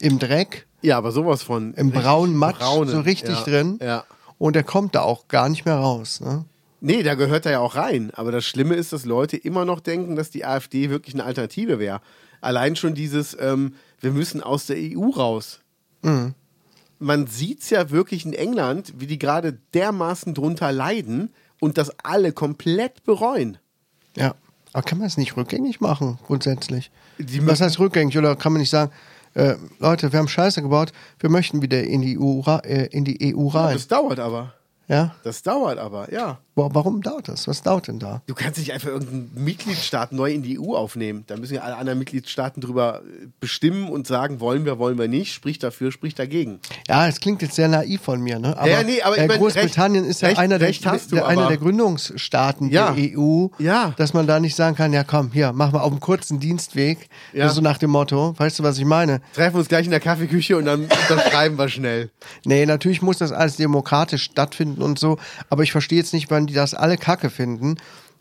[SPEAKER 4] im Dreck.
[SPEAKER 3] Ja, aber sowas von.
[SPEAKER 4] im
[SPEAKER 3] richtig
[SPEAKER 4] braunen Matsch
[SPEAKER 3] braunen.
[SPEAKER 4] so richtig
[SPEAKER 3] ja,
[SPEAKER 4] drin.
[SPEAKER 3] Ja.
[SPEAKER 4] Und er kommt da auch gar nicht mehr raus. Ne?
[SPEAKER 3] Nee, da gehört er ja auch rein. Aber das Schlimme ist, dass Leute immer noch denken, dass die AfD wirklich eine Alternative wäre. Allein schon dieses, ähm, wir müssen aus der EU raus.
[SPEAKER 4] Mhm.
[SPEAKER 3] Man sieht es ja wirklich in England, wie die gerade dermaßen drunter leiden und das alle komplett bereuen.
[SPEAKER 4] Ja. Aber kann man es nicht rückgängig machen, grundsätzlich?
[SPEAKER 3] Die
[SPEAKER 4] Was
[SPEAKER 3] müssen-
[SPEAKER 4] heißt rückgängig? Oder kann man nicht sagen, äh, Leute, wir haben Scheiße gebaut, wir möchten wieder in die EU, ra- äh, in die EU rein?
[SPEAKER 3] Das dauert aber.
[SPEAKER 4] Ja, Ja?
[SPEAKER 3] Das dauert aber, ja.
[SPEAKER 4] Wa- Warum dauert das? Was dauert denn da?
[SPEAKER 3] Du kannst nicht einfach irgendeinen Mitgliedstaat neu in die EU aufnehmen. Da müssen ja alle anderen Mitgliedstaaten drüber äh, bestimmen und sagen, wollen wir, wollen wir nicht. Sprich dafür, sprich dagegen.
[SPEAKER 4] Ja, es klingt jetzt sehr naiv von mir, ne? Aber,
[SPEAKER 3] Ja, nee, aber ich
[SPEAKER 4] äh,
[SPEAKER 3] mein,
[SPEAKER 4] Großbritannien
[SPEAKER 3] recht-
[SPEAKER 4] ist ja
[SPEAKER 3] recht-
[SPEAKER 4] einer, der,
[SPEAKER 3] recht hast du,
[SPEAKER 4] der, einer
[SPEAKER 3] aber-
[SPEAKER 4] der Gründungsstaaten
[SPEAKER 3] Ja.
[SPEAKER 4] der EU,
[SPEAKER 3] Ja.
[SPEAKER 4] dass man da nicht sagen kann, ja komm, hier, mach mal auf einem kurzen Dienstweg,
[SPEAKER 3] Ja.
[SPEAKER 4] so nach dem Motto, weißt du, was ich meine?
[SPEAKER 3] Treffen uns gleich in der Kaffeeküche und dann unterschreiben wir schnell.
[SPEAKER 4] Nee, natürlich muss das alles demokratisch stattfinden und so, aber ich verstehe jetzt nicht, wann die das alle kacke finden,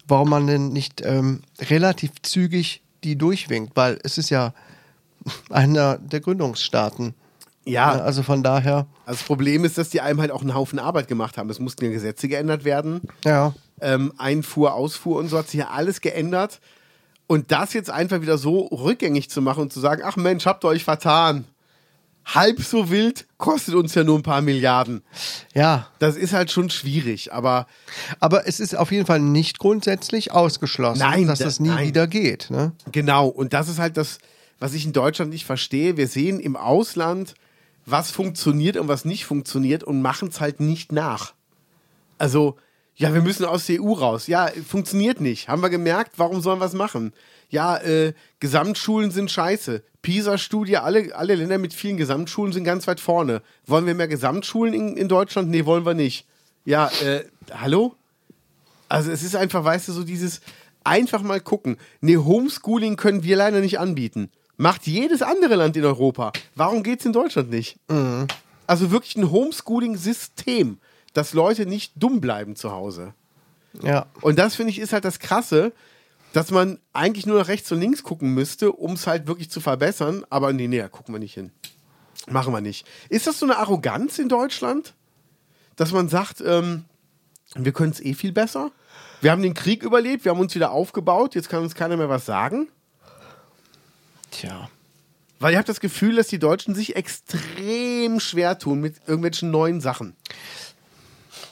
[SPEAKER 4] warum man denn nicht ähm, relativ zügig die durchwinkt, weil es ist ja einer der Gründungsstaaten.
[SPEAKER 3] Ja.
[SPEAKER 4] Ne, Also von daher,
[SPEAKER 3] Also das Problem ist, dass die einem halt auch einen Haufen Arbeit gemacht haben. Es mussten ja Gesetze geändert werden.
[SPEAKER 4] ja.
[SPEAKER 3] ähm, Einfuhr, Ausfuhr und so hat sich ja alles geändert. Und das jetzt einfach wieder so rückgängig zu machen und zu sagen, ach Mensch, habt ihr euch vertan. Halb so wild, kostet uns ja nur ein paar Milliarden.
[SPEAKER 4] Ja,
[SPEAKER 3] Das ist halt schon schwierig, aber
[SPEAKER 4] Aber es ist auf jeden Fall nicht grundsätzlich ausgeschlossen,
[SPEAKER 3] Nein,
[SPEAKER 4] dass
[SPEAKER 3] da-
[SPEAKER 4] das nie
[SPEAKER 3] nein.
[SPEAKER 4] wieder geht. Ne?
[SPEAKER 3] genau. Und das ist halt das, was ich in Deutschland nicht verstehe. Wir sehen im Ausland, was funktioniert und was nicht funktioniert und machen es halt nicht nach. Also, ja, wir müssen aus der EU raus. Ja, funktioniert nicht. Haben wir gemerkt, warum sollen wir es machen? Ja, äh, Gesamtschulen sind scheiße. PISA-Studie, alle, alle Länder mit vielen Gesamtschulen sind ganz weit vorne. Wollen wir mehr Gesamtschulen in, in Deutschland? Nee, wollen wir nicht. Ja, äh, hallo? Also es ist einfach, weißt du, so dieses einfach mal gucken. Nee, Homeschooling können wir leider nicht anbieten. Macht jedes andere Land in Europa. Warum geht's in Deutschland nicht? Also wirklich ein Homeschooling-System, dass Leute nicht dumm bleiben zu Hause.
[SPEAKER 4] Ja.
[SPEAKER 3] Und das finde ich ist halt das Krasse, dass man eigentlich nur nach rechts und links gucken müsste, um es halt wirklich zu verbessern. Aber nee, nee, da gucken wir nicht hin. Machen wir nicht. Ist das so eine Arroganz in Deutschland, dass man sagt, ähm, wir können es eh viel besser? Wir haben den Krieg überlebt, wir haben uns wieder aufgebaut, jetzt kann uns keiner mehr was sagen.
[SPEAKER 4] Tja.
[SPEAKER 3] Weil ich habe das Gefühl, dass die Deutschen sich extrem schwer tun mit irgendwelchen neuen Sachen.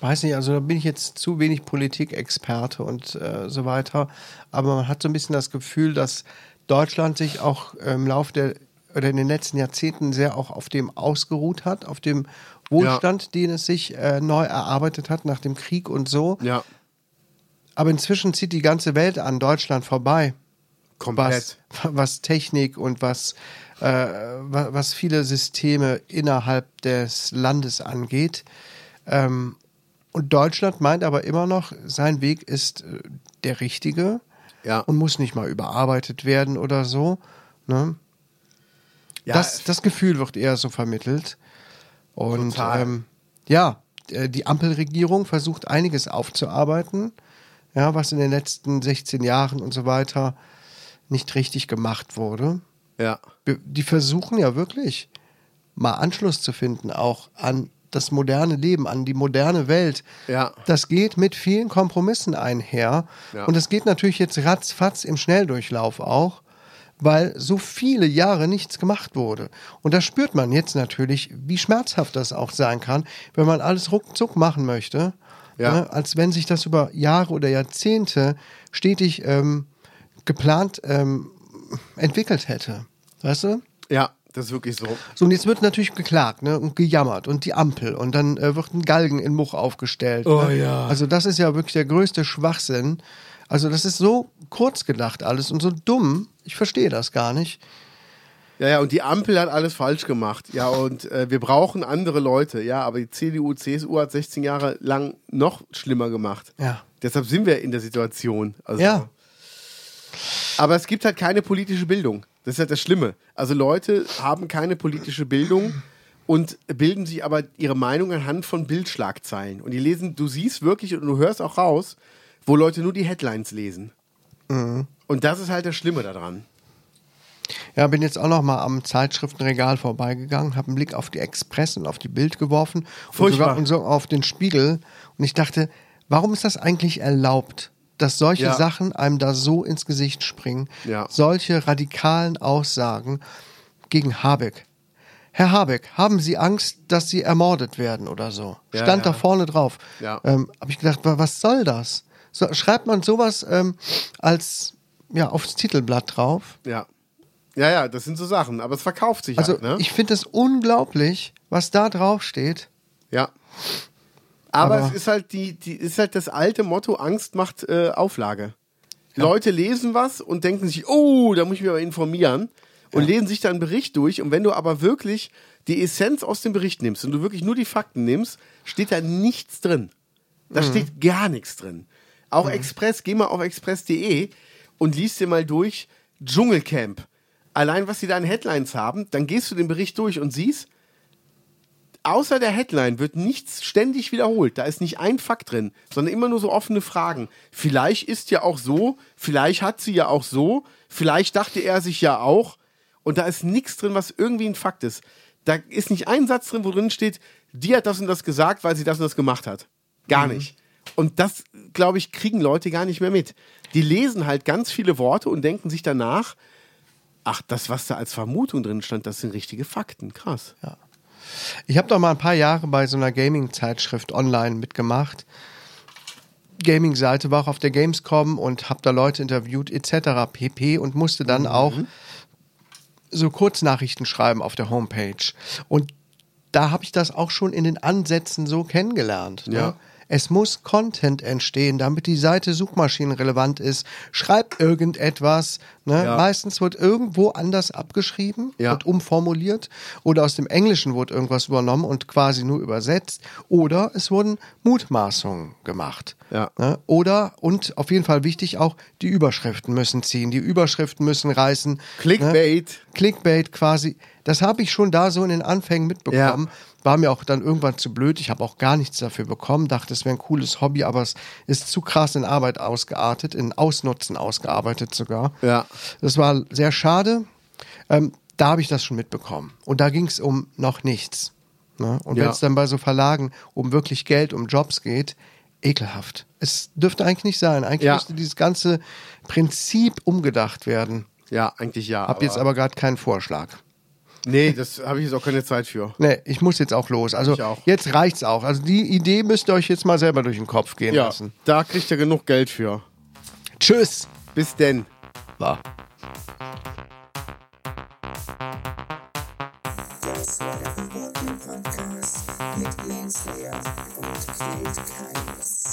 [SPEAKER 4] Weiß nicht, also da bin ich jetzt zu wenig Politikexperte und äh, so weiter. Aber man hat so ein bisschen das Gefühl, dass Deutschland sich auch im Laufe der oder in den letzten Jahrzehnten sehr auch auf dem ausgeruht hat, auf dem Wohlstand, den es sich äh, neu erarbeitet hat nach dem Krieg und so.
[SPEAKER 3] Ja,
[SPEAKER 4] Aber inzwischen zieht die ganze Welt an Deutschland vorbei. was,
[SPEAKER 3] komplett.
[SPEAKER 4] was Technik und was, äh, wa- was viele Systeme innerhalb des Landes angeht. Ähm, und Deutschland meint aber immer noch, sein Weg ist äh, der richtige
[SPEAKER 3] Ja.
[SPEAKER 4] und muss nicht mal überarbeitet werden oder so. Ne?
[SPEAKER 3] Ja,
[SPEAKER 4] das, das Gefühl wird eher so vermittelt. Und
[SPEAKER 3] Total.
[SPEAKER 4] Ähm, ja, äh, die Ampelregierung versucht einiges aufzuarbeiten, ja, was in den letzten 16 Jahren und so weiter nicht richtig gemacht wurde.
[SPEAKER 3] ja.
[SPEAKER 4] Wir- Die versuchen ja wirklich mal Anschluss zu finden, auch an das moderne Leben, an die moderne Welt.
[SPEAKER 3] Ja.
[SPEAKER 4] Das geht mit vielen Kompromissen einher.
[SPEAKER 3] Ja.
[SPEAKER 4] Und das geht natürlich jetzt ratzfatz im Schnelldurchlauf auch, weil so viele Jahre nichts gemacht wurde. Und da spürt man jetzt natürlich, wie schmerzhaft das auch sein kann, wenn man alles ruckzuck machen möchte.
[SPEAKER 3] Ja.
[SPEAKER 4] Ne? Als wenn sich das über Jahre oder Jahrzehnte stetig ähm, geplant ähm, entwickelt hätte. Weißt du?
[SPEAKER 3] Ja, das ist wirklich so.
[SPEAKER 4] So, und jetzt wird natürlich geklagt ne, und gejammert und die Ampel und dann äh, wird ein Galgen in Much aufgestellt.
[SPEAKER 3] Oh
[SPEAKER 4] ne?
[SPEAKER 3] ja.
[SPEAKER 4] Also das ist ja wirklich der größte Schwachsinn. Also das ist so kurz gedacht alles und so dumm. Ich verstehe das gar nicht.
[SPEAKER 3] Ja, ja, und die Ampel hat alles falsch gemacht. Ja, und äh, wir brauchen andere Leute. Ja, aber die CDU, CSU hat 16 Jahre lang noch schlimmer gemacht.
[SPEAKER 4] Ja.
[SPEAKER 3] Deshalb sind wir in der Situation. Also,
[SPEAKER 4] Ja.
[SPEAKER 3] Aber es gibt halt keine politische Bildung. Das ist halt das Schlimme. Also Leute haben keine politische Bildung und bilden sich aber ihre Meinung anhand von Bildschlagzeilen. Und die lesen, du siehst wirklich und du hörst auch raus, wo Leute nur die Headlines lesen.
[SPEAKER 4] Mhm.
[SPEAKER 3] Und das ist halt das Schlimme daran.
[SPEAKER 4] Ja, bin jetzt auch noch mal am Zeitschriftenregal vorbeigegangen, habe einen Blick auf die Express und auf die Bild geworfen und
[SPEAKER 3] Furchtbar.
[SPEAKER 4] sogar und so auf den Spiegel und ich dachte, warum ist das eigentlich erlaubt, dass solche
[SPEAKER 3] Ja.
[SPEAKER 4] Sachen einem da so ins Gesicht springen?
[SPEAKER 3] Ja.
[SPEAKER 4] Solche radikalen Aussagen gegen Habeck. Herr Habeck, haben Sie Angst, dass Sie ermordet werden oder so?
[SPEAKER 3] Ja,
[SPEAKER 4] Stand
[SPEAKER 3] ja.
[SPEAKER 4] da vorne drauf.
[SPEAKER 3] Ja.
[SPEAKER 4] Ähm, habe ich gedacht, wa- was soll das? So, schreibt man sowas ähm, als ja aufs Titelblatt drauf?
[SPEAKER 3] Ja. Ja, ja, das sind so Sachen, aber es verkauft sich
[SPEAKER 4] Also
[SPEAKER 3] halt, ne?
[SPEAKER 4] ich finde es unglaublich, was da drauf steht.
[SPEAKER 3] ja. Aber,
[SPEAKER 4] Aber-
[SPEAKER 3] es ist halt die, die ist halt das alte Motto: Angst macht äh, Auflage. Leute lesen was und denken sich, oh, da muss ich mich aber informieren und lesen sich dann einen Bericht durch. Und wenn du aber wirklich die Essenz aus dem Bericht nimmst und du wirklich nur die Fakten nimmst, steht da nichts drin. Da steht gar nichts drin. Auch Express, geh mal auf express.de und liest dir mal durch Dschungelcamp. Allein, was sie da an Headlines haben, dann gehst du den Bericht durch und siehst, außer der Headline wird nichts ständig wiederholt. Da ist nicht ein Fakt drin, sondern immer nur so offene Fragen. Vielleicht ist ja auch so, vielleicht hat sie ja auch so, vielleicht dachte er sich ja auch. Und da ist nichts drin, was irgendwie ein Fakt ist. Da ist nicht ein Satz drin, wo drin steht, die hat das und das gesagt, weil sie das und das gemacht hat. Gar nicht. Und das, glaube ich, kriegen Leute gar nicht mehr mit. Die lesen halt ganz viele Worte und denken sich danach, ach, das, was da als Vermutung drin stand, das sind richtige Fakten. Krass.
[SPEAKER 4] Ich habe doch mal ein paar Jahre bei so einer Gaming-Zeitschrift online mitgemacht. Gaming-Seite war auch auf der Gamescom und habe da Leute interviewt etc. pp. und musste dann
[SPEAKER 3] Mhm.
[SPEAKER 4] auch so Kurznachrichten schreiben auf der Homepage. Und da habe ich das auch schon in den Ansätzen so kennengelernt. Ne?
[SPEAKER 3] Ja.
[SPEAKER 4] Es muss Content entstehen, damit die Seite suchmaschinenrelevant ist. Schreibt irgendetwas. Ne?
[SPEAKER 3] Ja.
[SPEAKER 4] Meistens wird irgendwo anders abgeschrieben
[SPEAKER 3] Ja.
[SPEAKER 4] und umformuliert. Oder aus dem Englischen wurde irgendwas übernommen und quasi nur übersetzt. Oder es wurden Mutmaßungen gemacht.
[SPEAKER 3] Ja.
[SPEAKER 4] Ne? Oder, und auf jeden Fall wichtig auch, die Überschriften müssen ziehen. Die Überschriften müssen reißen.
[SPEAKER 3] Clickbait.
[SPEAKER 4] Ne? Clickbait quasi. Das habe ich schon da so in den Anfängen mitbekommen. War mir auch dann irgendwann zu blöd. Ich habe auch gar nichts dafür bekommen. Dachte, es wäre ein cooles Hobby, aber es ist zu krass in Arbeit ausgeartet, in Ausnutzen ausgearbeitet sogar.
[SPEAKER 3] Ja.
[SPEAKER 4] Das war sehr schade. Ähm, da habe ich das schon mitbekommen. Und da ging es um noch nichts. Ne? Und
[SPEAKER 3] Ja.
[SPEAKER 4] wenn es dann bei so Verlagen um wirklich Geld, um Jobs geht, ekelhaft. Es dürfte eigentlich nicht sein. Eigentlich
[SPEAKER 3] Ja.
[SPEAKER 4] müsste dieses ganze Prinzip umgedacht werden.
[SPEAKER 3] Ja, eigentlich ja.
[SPEAKER 4] Hab jetzt aber gerade keinen Vorschlag.
[SPEAKER 3] Nee, das habe ich jetzt auch keine Zeit für.
[SPEAKER 4] Nee, ich muss jetzt auch los. Also
[SPEAKER 3] Ich auch.
[SPEAKER 4] jetzt reicht's auch. Also die Idee müsst ihr euch jetzt mal selber durch den Kopf gehen
[SPEAKER 3] Ja,
[SPEAKER 4] lassen.
[SPEAKER 3] da kriegt er genug Geld für.
[SPEAKER 4] Tschüss.
[SPEAKER 3] Bis denn.
[SPEAKER 4] War.
[SPEAKER 7] Das war der Podcast mit Jens Lehr und Kate Kaius.